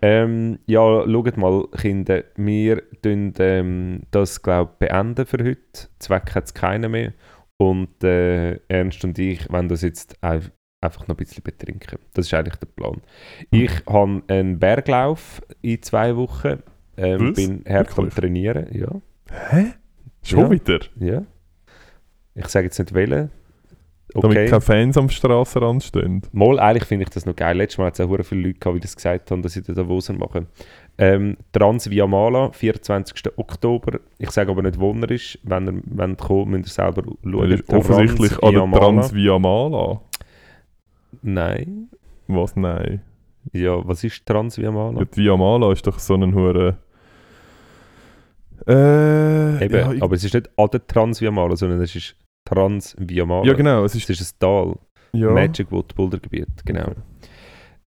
B: Ähm, ja, schaut mal, Kinder, wir tun ähm, das, glaube ich, beenden für heute. Zweck hat es keinen mehr. Und äh, Ernst und ich wollen das jetzt ein- einfach noch ein bisschen betrinken. Das ist eigentlich der Plan.
A: Mhm.
B: Ich habe einen Berglauf in zwei Wochen. Ähm,
A: Was?
B: bin hart am
A: Wirklich?
B: Trainieren. Ja,
A: Hä? Schon
B: Ja.
A: wieder?
B: ja. Ich sage jetzt nicht wählen.
A: Damit keine Fans am Strassenrand stehen.
B: Mal, eigentlich finde ich das noch geil. Letztes Mal hat es auch hure viele Leute gehabt, die das gesagt haben, dass sie den Davoser machen. Ähm, Trans Via Mala, 24. Oktober. Ich sage aber nicht, wo er ist. Wenn ihr wollt kommen, müsst ihr selber
A: Das
B: schauen.
A: ist offensichtlich
B: Trans
A: an
B: Via
A: der
B: Mala.
A: Trans Via Mala.
B: Nein.
A: Was? Nein.
B: Ja, was ist Trans Via Mala?
A: Ja, die Via Mala ist doch so ein hure. Äh,
B: Eben,
A: ja, ich,
B: aber es ist nicht an der Trans Via Mala, sondern es ist Trans Via Mala.
A: ja, genau. Es
B: Es
A: ist,
B: ist ein Tal.
A: ja.
B: Magic Wood, Bouldergebiet, genau.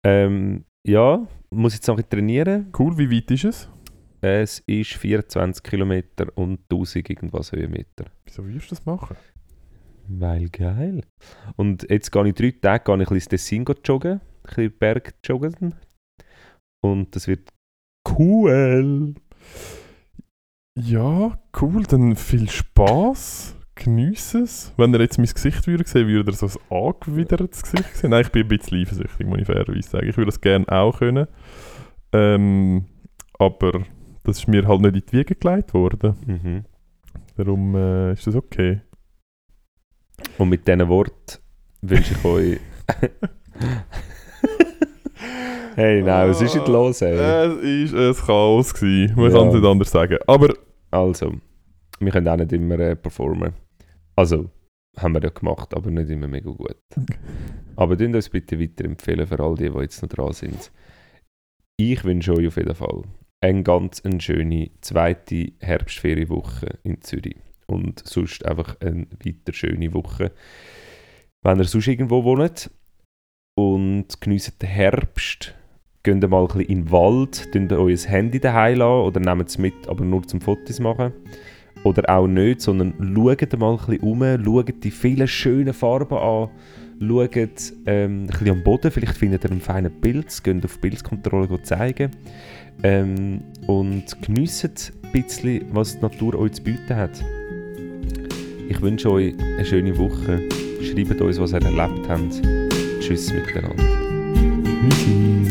B: Ähm, ja, muss jetzt noch ein bisschen trainieren.
A: Cool, wie weit ist es?
B: Es ist 24 Kilometer und 1000 irgendwas Höhenmeter.
A: Wieso wirst du das machen?
B: Weil geil. Und jetzt gehe ich drei Tage gehe ich ein bisschen ins Tessin joggen, ein bisschen Berg joggen. Und das wird cool.
A: Ja, cool. Dann viel Spaß. genieße es. Wenn ihr jetzt mein Gesicht würde sehen, würde ihr so ein angewidertes Gesicht sehen. Nein, ich bin ein bisschen eifersüchtig, muss ich fairerweise sagen. Ich würde das gerne auch können. Ähm, aber das ist mir halt nicht in die Wiege gelegt worden.
B: Mhm.
A: Darum äh, ist das okay.
B: Und mit diesen Worten wünsche ich euch. hey, nein, was ist denn los? Ey?
A: Es war ein Chaos. Gewesen. Man
B: Ja.
A: kann es nicht anders sagen. Aber
B: Also, wir können auch nicht immer äh, performen. Also, haben wir ja gemacht, aber nicht immer mega gut. Aber dünnt uns bitte weiterempfehlen für all die, die jetzt noch dran sind. Ich wünsche euch auf jeden Fall eine ganz eine schöne zweite Herbstferienwoche in Zürich. Und sonst einfach eine weiter schöne Woche, wenn ihr sonst irgendwo wohnt. Und geniessen den Herbst. Geht mal ein bisschen in den Wald, lasst euer Handy daheim lassen oder nehmt es mit, aber nur zum Fotos machen. Oder auch nicht, sondern schaut mal ein bisschen um, schaut die vielen schönen Farben an schaut ähm, ein bisschen am Boden, vielleicht findet ihr einen feinen Pilz, geht auf die Pilzkontrolle geht zeigen ähm, und geniesst ein bisschen, was die Natur euch zu bieten hat. Ich wünsche euch eine schöne Woche. Schreibt uns, was ihr erlebt habt. Tschüss miteinander.
A: Tschüssi.